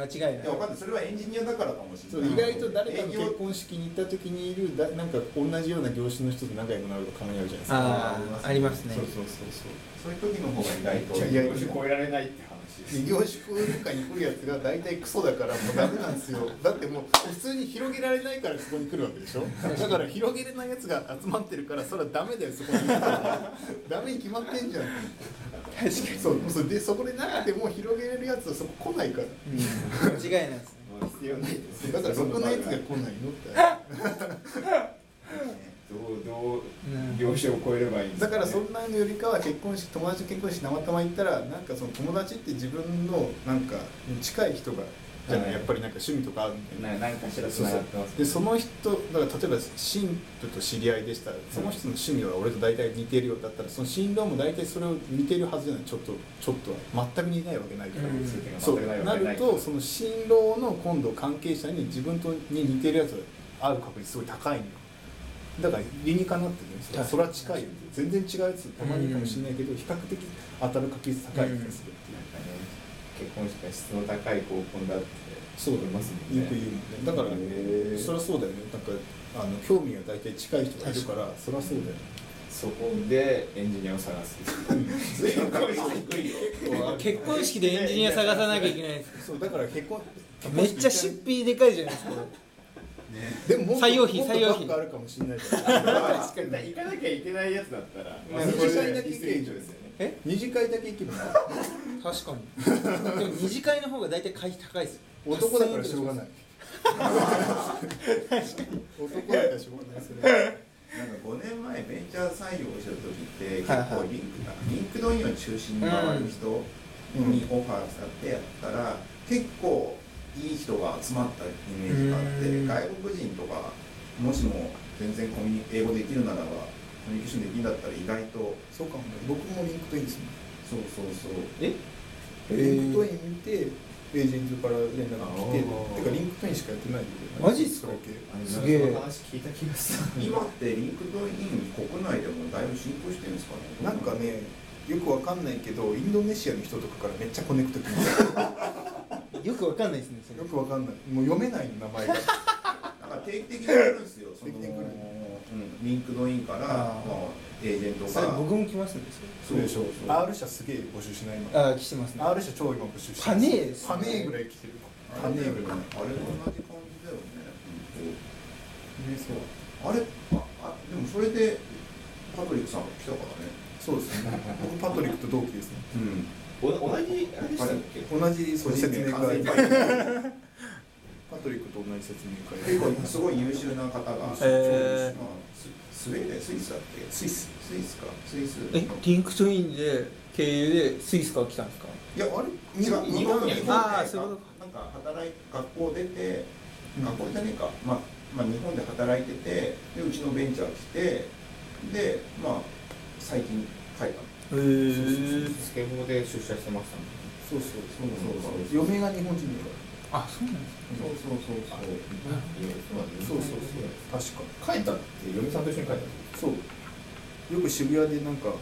間違いないいやわかんないそれはエンジニアだからかもしそれうない。意外と誰かの営業結婚式に行った時にいるだなんか同じような業種の人と仲良くなるとかなりあるじゃないですかああありますねそうそうそうそういう時の方が意外と。いやいや業種超えられないって話です異業種交流会に来るやつが大体クソだからもうダメなんですよだってもう普通に広げられないからそこに来るわけでしょだから広げれないやつが集まってるからそれはダメだよそこにダメに決まってんじゃ確んかにそうそうでそこでなくても広げれるやつはそこ来ないからうん間違いないですねまあ必要ないですね だからそこのやつが来ないのってどうどううん業種を超えればいいんですだからそねんなのよりかは結婚式友達と結婚式生たま行ったらなんかその友達って自分のなんか近い人がじゃない、はいやっぱりなんか趣味とかあるんだよねななんかしらつそうなそがうってますでその人だから例えば新婦と知り合いでしたらその人の趣味は俺と大体似てるようだったらその新郎も大体それを似てるはずじゃないちょっとちょっとは全く似ないわけないから、うんそうなるとその新郎の今度関係者に自分とに似てるやつが会う確率すごい高いのよだから理にかなってるんですよ確そかれには近いよ全然違うやつたまにいるかもしれないけど比較的当たる確率高い気がするっていうなんかね結婚式は質の高い合コンだってそう思いますもんねよく言うもんねだからへーそりゃそうだよねなんかあの興味が大体近い人がいるからそりゃそうだよねそこでエンジニアを探す随分確率低いよ。結婚式でエンジニア探さなきゃいけないですそうだから結婚めっちゃ出費でかいじゃないですかでももっと採用費もっと採用費バックあるかもしれないじゃない確かに行かなきゃいけないやつだったらまあ二次会だけ行けばいいんじゃないですよねえ二次会だけ行けば確かにでも二次会の方が大体会費高いですよ男だからしょうがない男だからしょうがないそれはなんか5年前ベンチャー採用をしてる時って結はいは構いリンクだリンクドインを中心に回る人にオファーされてやったら結構いい人が集まったイメージがあうんって外国人とかもしも全然コミュニ英語できるならばコミュニケーションできるんだったら意外とそうかもね僕もリンクトインですねそうそうそうえリンクトイン見てエージェントから連絡来てあてーかリンクトインしかやってないんだけどマジっすかそれだけあのすげえその話聞いた気がした今ってリンクドイン国内でもだいぶ進行してるんですかねなんかねよくわかんないけどインドネシアの人とかからめっちゃコネクト来ますよくわかんないですねそよくわかんないもう読めないの名前がなんか定期的に来るんですよそ の定期的に来るうん、リンクドインからあーまあエージェントそれが僕も来ますねそうそうそう R 社すげえ募集しないそ今れああ来てますね R 社超今募集してますパネーですねパネーぐらい来てるあパれネだよーねぐらいねあれと同じ感じだよね、うんあそうれああでもそれでパトリックさんが来たからねそうですね僕パトリックと同期ですねうんお同じあれでしたっけ同じそう説明完全会にパトリックと同じ説明結会構すごい優秀な方がへーまあススウェーデンスイスだっけスイススイスかスイスえリンクトインで経由でスイスから来たんですかいやあれ日本違う日本日に本あーそういうこなんか働い学校出てうん学校じゃねえか、まあ、まあ日本で働いててでうちのベンチャー来てでまあ最近帰ったのへえスケボーで出社してましたもんそうそうそうそうそうそう嫁が日本人だかあそうなんですそうそうそうそうらそうそうそう確か帰ったって嫁さんと一緒に帰ったそのうよく渋谷でなんか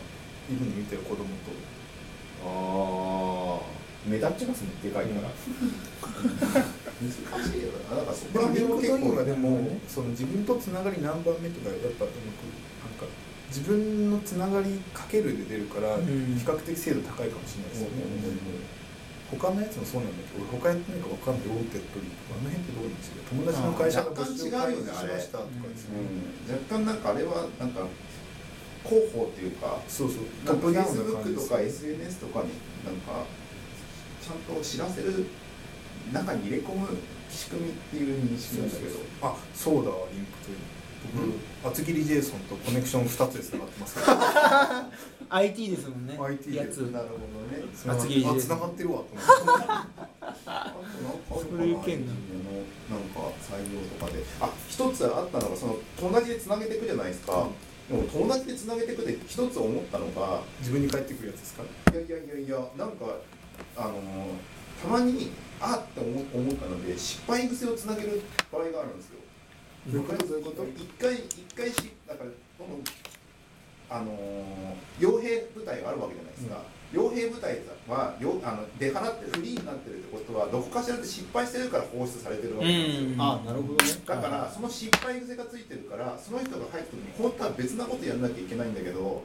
いうふうに見てる子供とああ目立ちますねでかいから難しいよななんかそこでらも辺リンは結クトイン構はでもその自分とつながり何番目とかやっぱうまくなんか自分のつながりかけるで出るからう比ん較的精度高いかもしれないですよね、他のやつもそうなんだけど俺他やってないか分かんないローテッドリーとかあの辺ってどうなんですか友達の会社が若干違う募よ集ねしましたとかですね、うん若干なんかあれはなんか広報っていうかそうそうなんか f a ウ c e な b 感 o じで o すとか SNS とかになんかちゃんと知らせる中に入れ込む仕組みっていう認識なんだけどあそうだリンクトイン僕厚切りジェイソンとコネクション2つでつながってますから IT ですもんね IT でやつなるほどね 厚切りジェイソンあつながってるわと思ってあとなんかあるかそうないうなんか件な採用とかであ一つあったのがその友達でつなげていくじゃないですか、でも友達でつなげていくで一つ思ったのが自分に返ってくるやつですかいやいやいやいやなんかあのたまにあって思思ったので失敗癖をつなげる場合があるんですよ。どういうわかことるそういうこと一回一回しだからこのあの傭兵部隊があるわけじゃないですか、傭兵部隊はよあの出払ってフリーになってるってことはどこかしらで失敗してるから放出されてるわけなんですよ、うんなるほどねだからその失敗癖がついてるからその人が入った時に本当は別なことやんなきゃいけないんだけど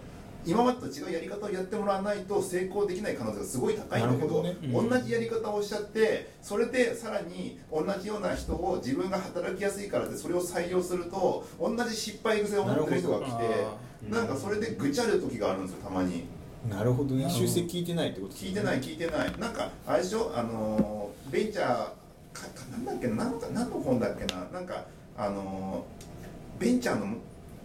今までと違うやり方をやってもらわないと成功できない可能性がすごい高いんだけなるどほどねうん同じやり方をしちゃってそれでさらに同じような人を自分が働きやすいからってそれを採用すると同じ失敗癖を持ってる人が来てなるほどなんかそれでぐちゃる時があるんですよたまに。なるほどねなるほど修正聞いてないってこと聞いてない聞いてないなんかあれでしょあのーベンチャーかかなんだっけななんか何の本だっけななんかあのーベンチャーの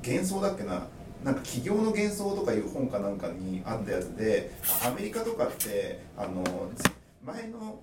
幻想だっけななんか企業の幻想とかいう本かなんかにあったやつであアメリカとかってあのーぜ前の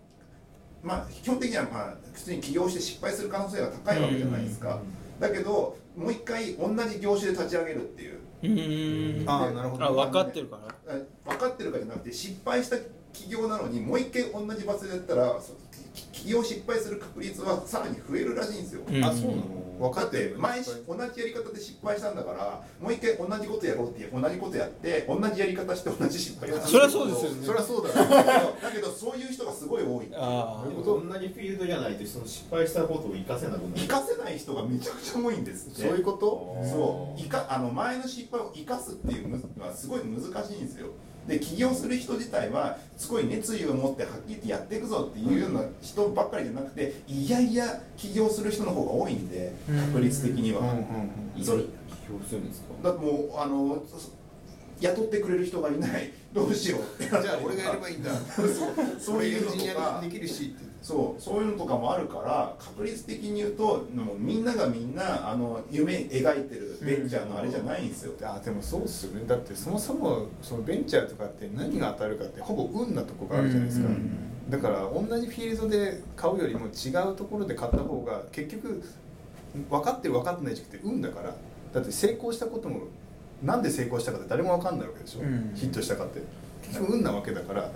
まあ基本的にはまあ普通に起業して失敗する可能性が高いわけじゃないですかだけどもう一回同じ業種で立ち上げるっていううーんあーなるほどあ分かってるからえ分かってるかじゃなくて失敗した企業なのにもう一回同じ場所でやったらそき企業失敗する確率はさらに増えるらしいんですよ、んあそうなの分分かかっっててる前し同じやり方で失敗したんだからもう一回同じことやろうって同じことやって同じやり方して同じ失敗をそりゃそうですよねそりゃそうだよだけどだけどそういう人がすごい多いあでも同じフィールドじゃないとその失敗したことを生かせなくな生るかせない人がめちゃくちゃ多いんですってそういうことそういかあの前の失敗を生かすっていうむのはすごい難しいんですよで起業する人自体はすごい熱意を持ってはっきりやっていくぞっていうような人ばっかりじゃなくていやいや起業する人の方が多いんでうん確率的には、それ起業するんですかだってもうあのそそ雇ってくれる人がいないどうしようってじゃあ俺がやればいい んだそういうのとかできるしってそうそういうのとかもあるから確率的に言うともうみんながみんなあの夢描いてるベンチャーのあれじゃないんですよ、あでもそうっすよねだってそもそもそのベンチャーとかって何が当たるかってほぼ運なとこがあるじゃないですか、うんうんうんだから同じフィールドで買うよりも違うところで買った方が結局分かってる分かってない時期って運だからだって成功したこともなんで成功したかって誰も分かんないわけでしょ、うんヒットしたかって結局運なわけだから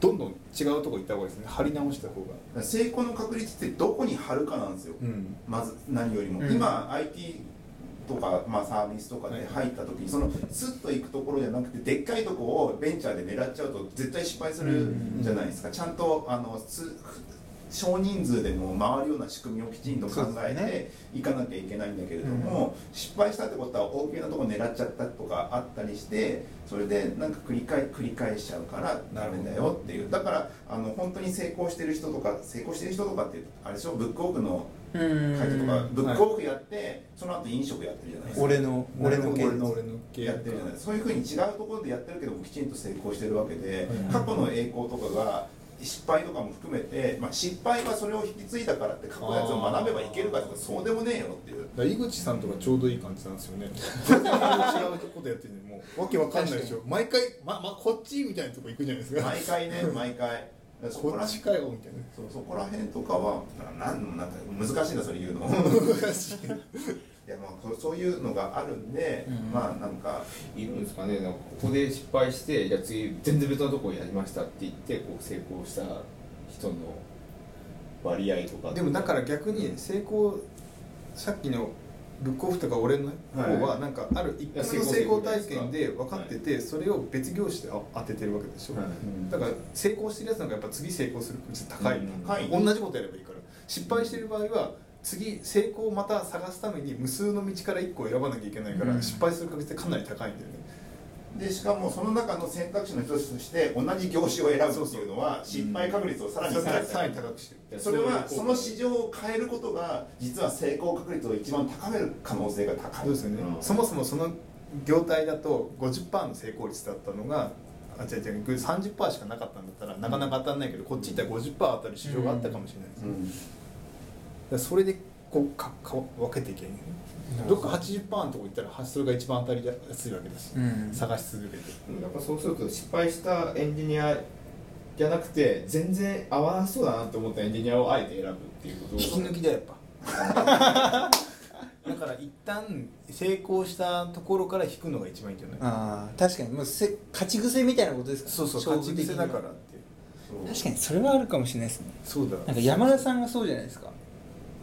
どんどん違うとこ行った方がいいですね張り直した方が、ら成功の確率ってどこに貼るかなんですよ、うん、まず何よりも、うん今 IT とか、まあ、サービスとかはでい入った時にそのスッと行くところじゃなくてでっかいとこをベンチャーで狙っちゃうと絶対失敗するじゃないですか、ちゃんとあのつ少人数でも回るような仕組みをきちんと考そうえていかなきゃいけないんだけれども、失敗したってことは大きなとこ狙っちゃったとかあったりしてそれでなんか繰り返繰り返しちゃうからダメだよっていうだからあの本当に成功してる人とか成功してる人とかってあれでしょブックオフのうん会社とかブックオフやって、その後飲食やってるじゃないですか俺の俺の系俺の俺の系やってるじゃないそういうふうに違うところでやってるけどもきちんと成功してるわけで、過去の栄光とかが失敗とかも含めて、まあ、失敗はそれを引き継いだからって過去のやつを学べばいけるかとかそうでもねえよってい うだから井口さんとかちょうどいい感じなんですよね全然違うとこでやってるのにもうわけわかんないでしょ毎回ま、ま、こっちみたいなとこ行くじゃないですか毎回ね毎回だからそここらっ辺ちかよみたいそうそこら辺とかはなんなんか難しいんだそれ 言うのいやまあこそういうのがあるんで、うんまあなんかいるんですかねなんかここで失敗してじゃあ次全然別のところやりましたって言ってこう成功した人の割合とかなでもだから逆に成功さっきのブックオフとか俺の方ははいなんかある一いや般の成功体験で分かっててそれを別業種で当ててるわけでしょはいだから成功してるやつなんかやっぱ次成功する確率高い、うん高い同じことやればいいから失敗してる場合は次成功をまた探すために無数の道から1個選ばなきゃいけないから、うん失敗する確率ってかなり高いんだよねでしかもその中の選択肢の一つとして同じ業種を選ぶっていうのは失敗確率をさらに下げさたらいに高くしてるそれはその市場を変えることが実は成功確率を一番高める可能性が高いそうですよね、うんそもそもその業態だと50%の成功率だったのがあ違う違う30%しかなかったんだったらなかなか当たらないけど、こっち行ったら50%当たる市場があったかもしれないです、うだかんらそれでこうかか分けていけない、どっか80%のとこ行ったらはそれが一番当たりやすいわけだし、うん探し続けてやっぱそうすると失敗したエンジニアじゃなくて全然合わなそうだなって思ったエンジニアをあえて選ぶっていうこと引き抜きだよやっぱだから一旦成功したところから引くのが一番いいんじゃないああ確かにもうせ勝ち癖みたいなことですかそうそ勝う勝負ち的に癖だからっていう確かにそれはあるかもしれないですねそうだなんか山田さんがそうじゃないですか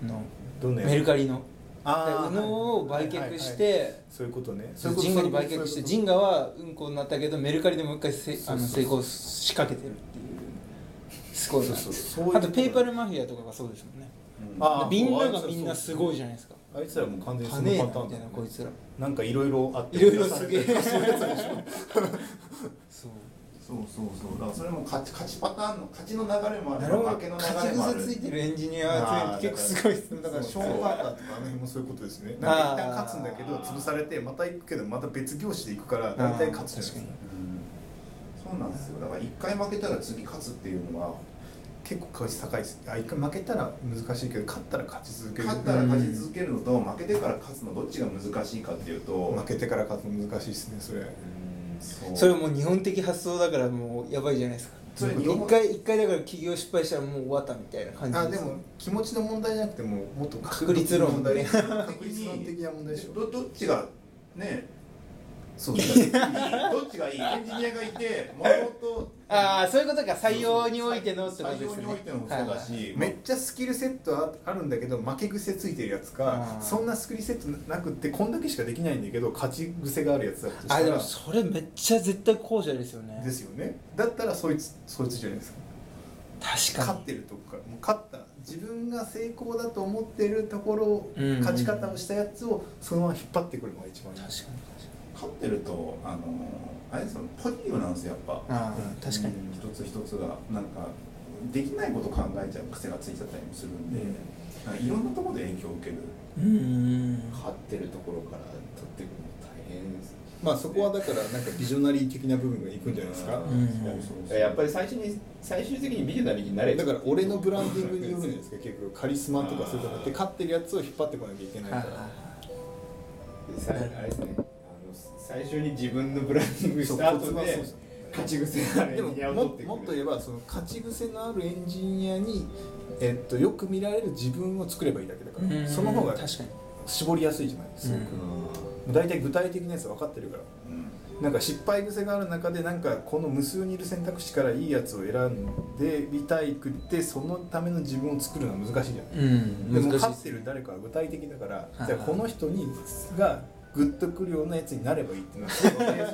あのどんなやつメルカリのあ宇ー野を売却して、はいはいはいそういうことねそういうことジンガに売却してそういジうンガはうんこになったけどメルカリでもう一回せあのそうそうそう成功仕掛けてるっていうすごいなそうそうそういうあとペイパルマフィアとかがそうですもんねことあーみんなそうがそうみんなすごいじゃないですかあいつらもう完全にそ金のねえなパターンみたいだねなこいつらなんかいろいろあっていろいろすげえそそううそうそうだからそれも勝ち勝ちパターンの勝ちの流れもあなるるほど負けの流勝れちもある癖ついてるエンジニアって結構すごいですねだからショーン・パーカーとかあの辺もそういうことですねあーなんか一旦勝つんだけど潰されてまた行くけどまた別業種で行くから大体勝つじゃないですかうんそうなんですよだから一回負けたら次勝つっていうのは結構勝率高いですあ一回負けたら難しいけど勝ったら勝ち続ける勝ったら勝ち続けるのと負けてから勝つのどっちが難しいかっていうと負けてから勝つの難しいですねそれそうそれもう日本的発想だからもうやばいじゃないですかそれ日本一回一回だから起業失敗したらもう終わったみたいな感じあでも気持ちの問題じゃなくてももっと確率論確ね率論確率論的な問題でしょどどっちがねそういいどっちがいいエンジニアがいてもともとああそういうことか採用においてのってことで採すね用においてのもそうだし、めっちゃスキルセットああるんだけど負け癖ついてるやつかあーそんなスキルセットなくってこんだけしかできないんだけど勝ち癖があるやつだとしたあらでもそれめっちゃ絶対後者ですよねですよねだったらそいつそいつじゃないですか確か勝にってるとこからもう勝った自分が成功だと思ってるところを、うんうん勝ち方をしたやつをそのまま引っ張ってくるのが一番いい確かに確かに勝ってるとあのあれですよポジティブなんですよやっぱああ確かにうん一つ一つがなんかできないこと考えちゃう癖がついちゃったりもするんで、なんかいろんなところで影響を受けるうん勝ってるところから取ってくるの大変ですまあそこはだからなんかビジョナリー的な部分がいくんじゃないですか、うんそうそうやっぱり最初に最終的にビジュナリーになれだから俺のブランディングによるんじゃないですか結局カリスマとかそういうとこって勝ってるやつを引っ張ってこなきゃいけないはかいはらいはさあれですねあの最初に自分のブランディングそしうた後コツはそうでですよね勝ち癖あるエでもンジニアをも取ってくるもっと言えばその勝ち癖のあるエンジニアに、えっと、よく見られる自分を作ればいいだけだから、うんその方が確かに絞りやすいじゃないですか、大体具体的なやつ分かってるからうんなんか失敗癖がある中でなんかこの無数にいる選択肢からいいやつを選んでみたいくってそのための自分を作るのは難しいじゃない、うんでも難しい勝でっすてる誰かは具体的だからいはいじゃあこの人にがグッとくるようなやつになればいいっていうのはすごい分かりや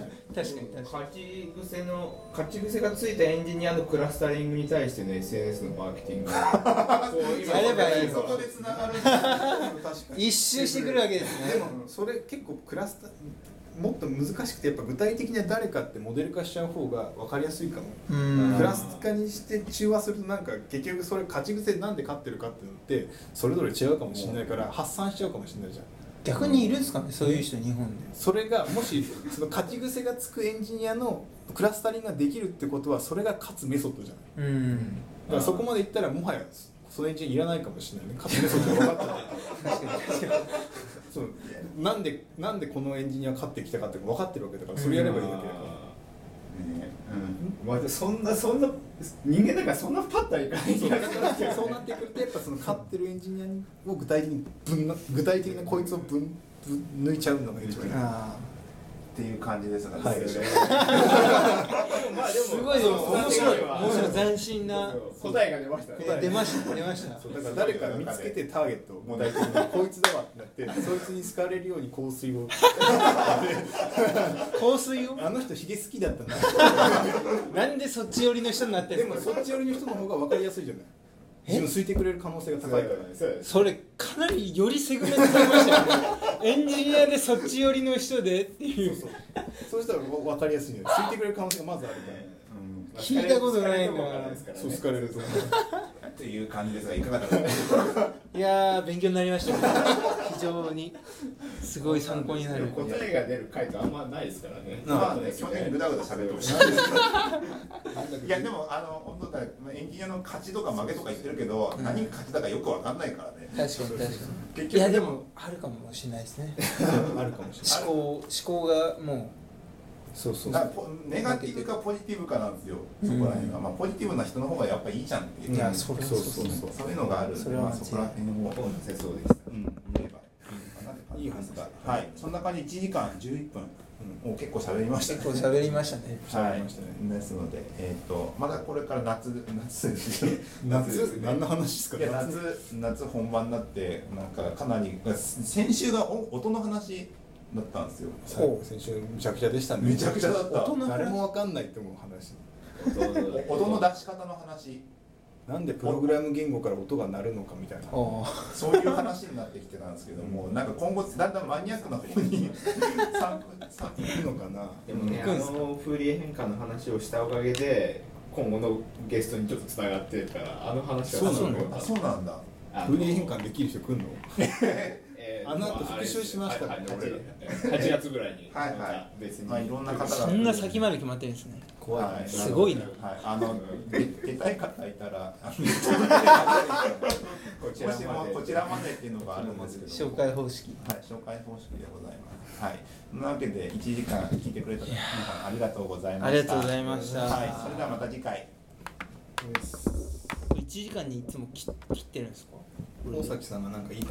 す確いかに確か勝ち癖の勝ち癖がついたエンジニアのクラスタリングに対しての SNS のマーケティン グこう今やればいいそこでつな がる確かに一周してくるわけですね でもそれ結構クラスタもっと難しくてやっぱ具体的な誰かってモデル化しちゃう方が分かりやすいかもうんクラス化にして中和するとなんか結局それ勝ち癖なんで勝ってるかっていうのってそれぞれ違うかもしれないから発散しちゃうかもしれないじゃん逆にいるんですかねそういう人日本でそれがもしその勝ち癖がつくエンジニアのクラスタリングができるってことはそれが勝つメソッドじゃないうんだからそこまでいったらもはやそのエンジニアいらないかもしれないね勝つメソッドが分かった 確かに確かにそうなんでなんでこのエンジニア勝ってきたかって分かってるわけだからそれやればいいだけだからねうんまあ、そんなそんな人間だからそんなパッとはいかない気がするけどねそうなってくるとやっぱその勝ってるエンジニアを具体的にぶんな具体的なこいつをぶんぶん抜いちゃうのが一番いい。あっていう感じですが、はい失礼まああでもすごいでも面白い面白い斬新な答えが出ましたね出ました出ましたそうだから誰かが見つけてターゲットをもう大体もうこいつだわってなってそいつに好かれるように香水を香水をあの人ヒゲ好きだったななんでそっち寄りの人になってでるんもですかそっち寄りの人の方が分かりやすいじゃない自分好いてくれる可能性が高高いいかかららねそうですそれかなりよりセグメントされましたよねエンジニアでそっち寄りの人でっていそううそうそうしたら分かりやすいじゃない好いてくれる可能性がまずあるからうん聞いたことないんだからそう好かれると思うっていう感じですが、いかがだったでしょうかいやー勉強になりました非常にすごい参考になる答えが出る回とあんまないですからねまあね、去年ぐだぐだ喋ってほしいですけど いやでもあの本当だまあエンジニアの勝ちとか負けとか言ってるけど、うん何が勝ちだかよくわかんないからね。確かに確か結にいやでもあるかもしれないですねあるかもしれない思考思考がもそうそうあポネガティブかポジティブかなんですよ。そこら辺が、まあポジティブな人の方がやっぱいいじゃんっていうう。いやそれはそうそうそうそうそういうのがある。それは間違いまあそこら辺の方本戦争ですうん、見ればいいのかなって感じですがいい話だねはい、そんな感じ1時間11分、もう結構喋りました、ね結構喋りましたねは喋いりましたね、ですので、えっ、と、まだこれから夏、夏ですね。夏何の話ですかいや夏夏本番になってなんかかなり先週がお音の話だったんですよそ う先週むちゃくちゃでしたねめちゃくちゃだった音の誰もわかんないって思う話お音の出し方の話なんでプログラム言語から音が鳴るのかみたいなおそういう話になってきてたんですけどもなんか今後だんだんマニアックな方に散散いくのかなでもね、あ行くんすかの風鈴変換の話をしたおかげで今後のゲストにちょっとつながってるからあの話はそうなのあそうなんだ風鈴変換できる人来んのあの後と復習しましたねね8月ぐらいにはいはいまた別にまあいろんな方そがんな先まで決まってるんですね怖い、はいすごいなはい、あの出出たい方いたら あのここちちららまでまでこちらまでっていうのがあるんですけども紹介方式はい、紹介方式でございます。はい、そんなわけで1時間聞いてくれた皆さんありがとうございました。ありがとうございましたはい、それではまた次回。 1時間にいつも切切ってるんですか大崎さんがなんかいい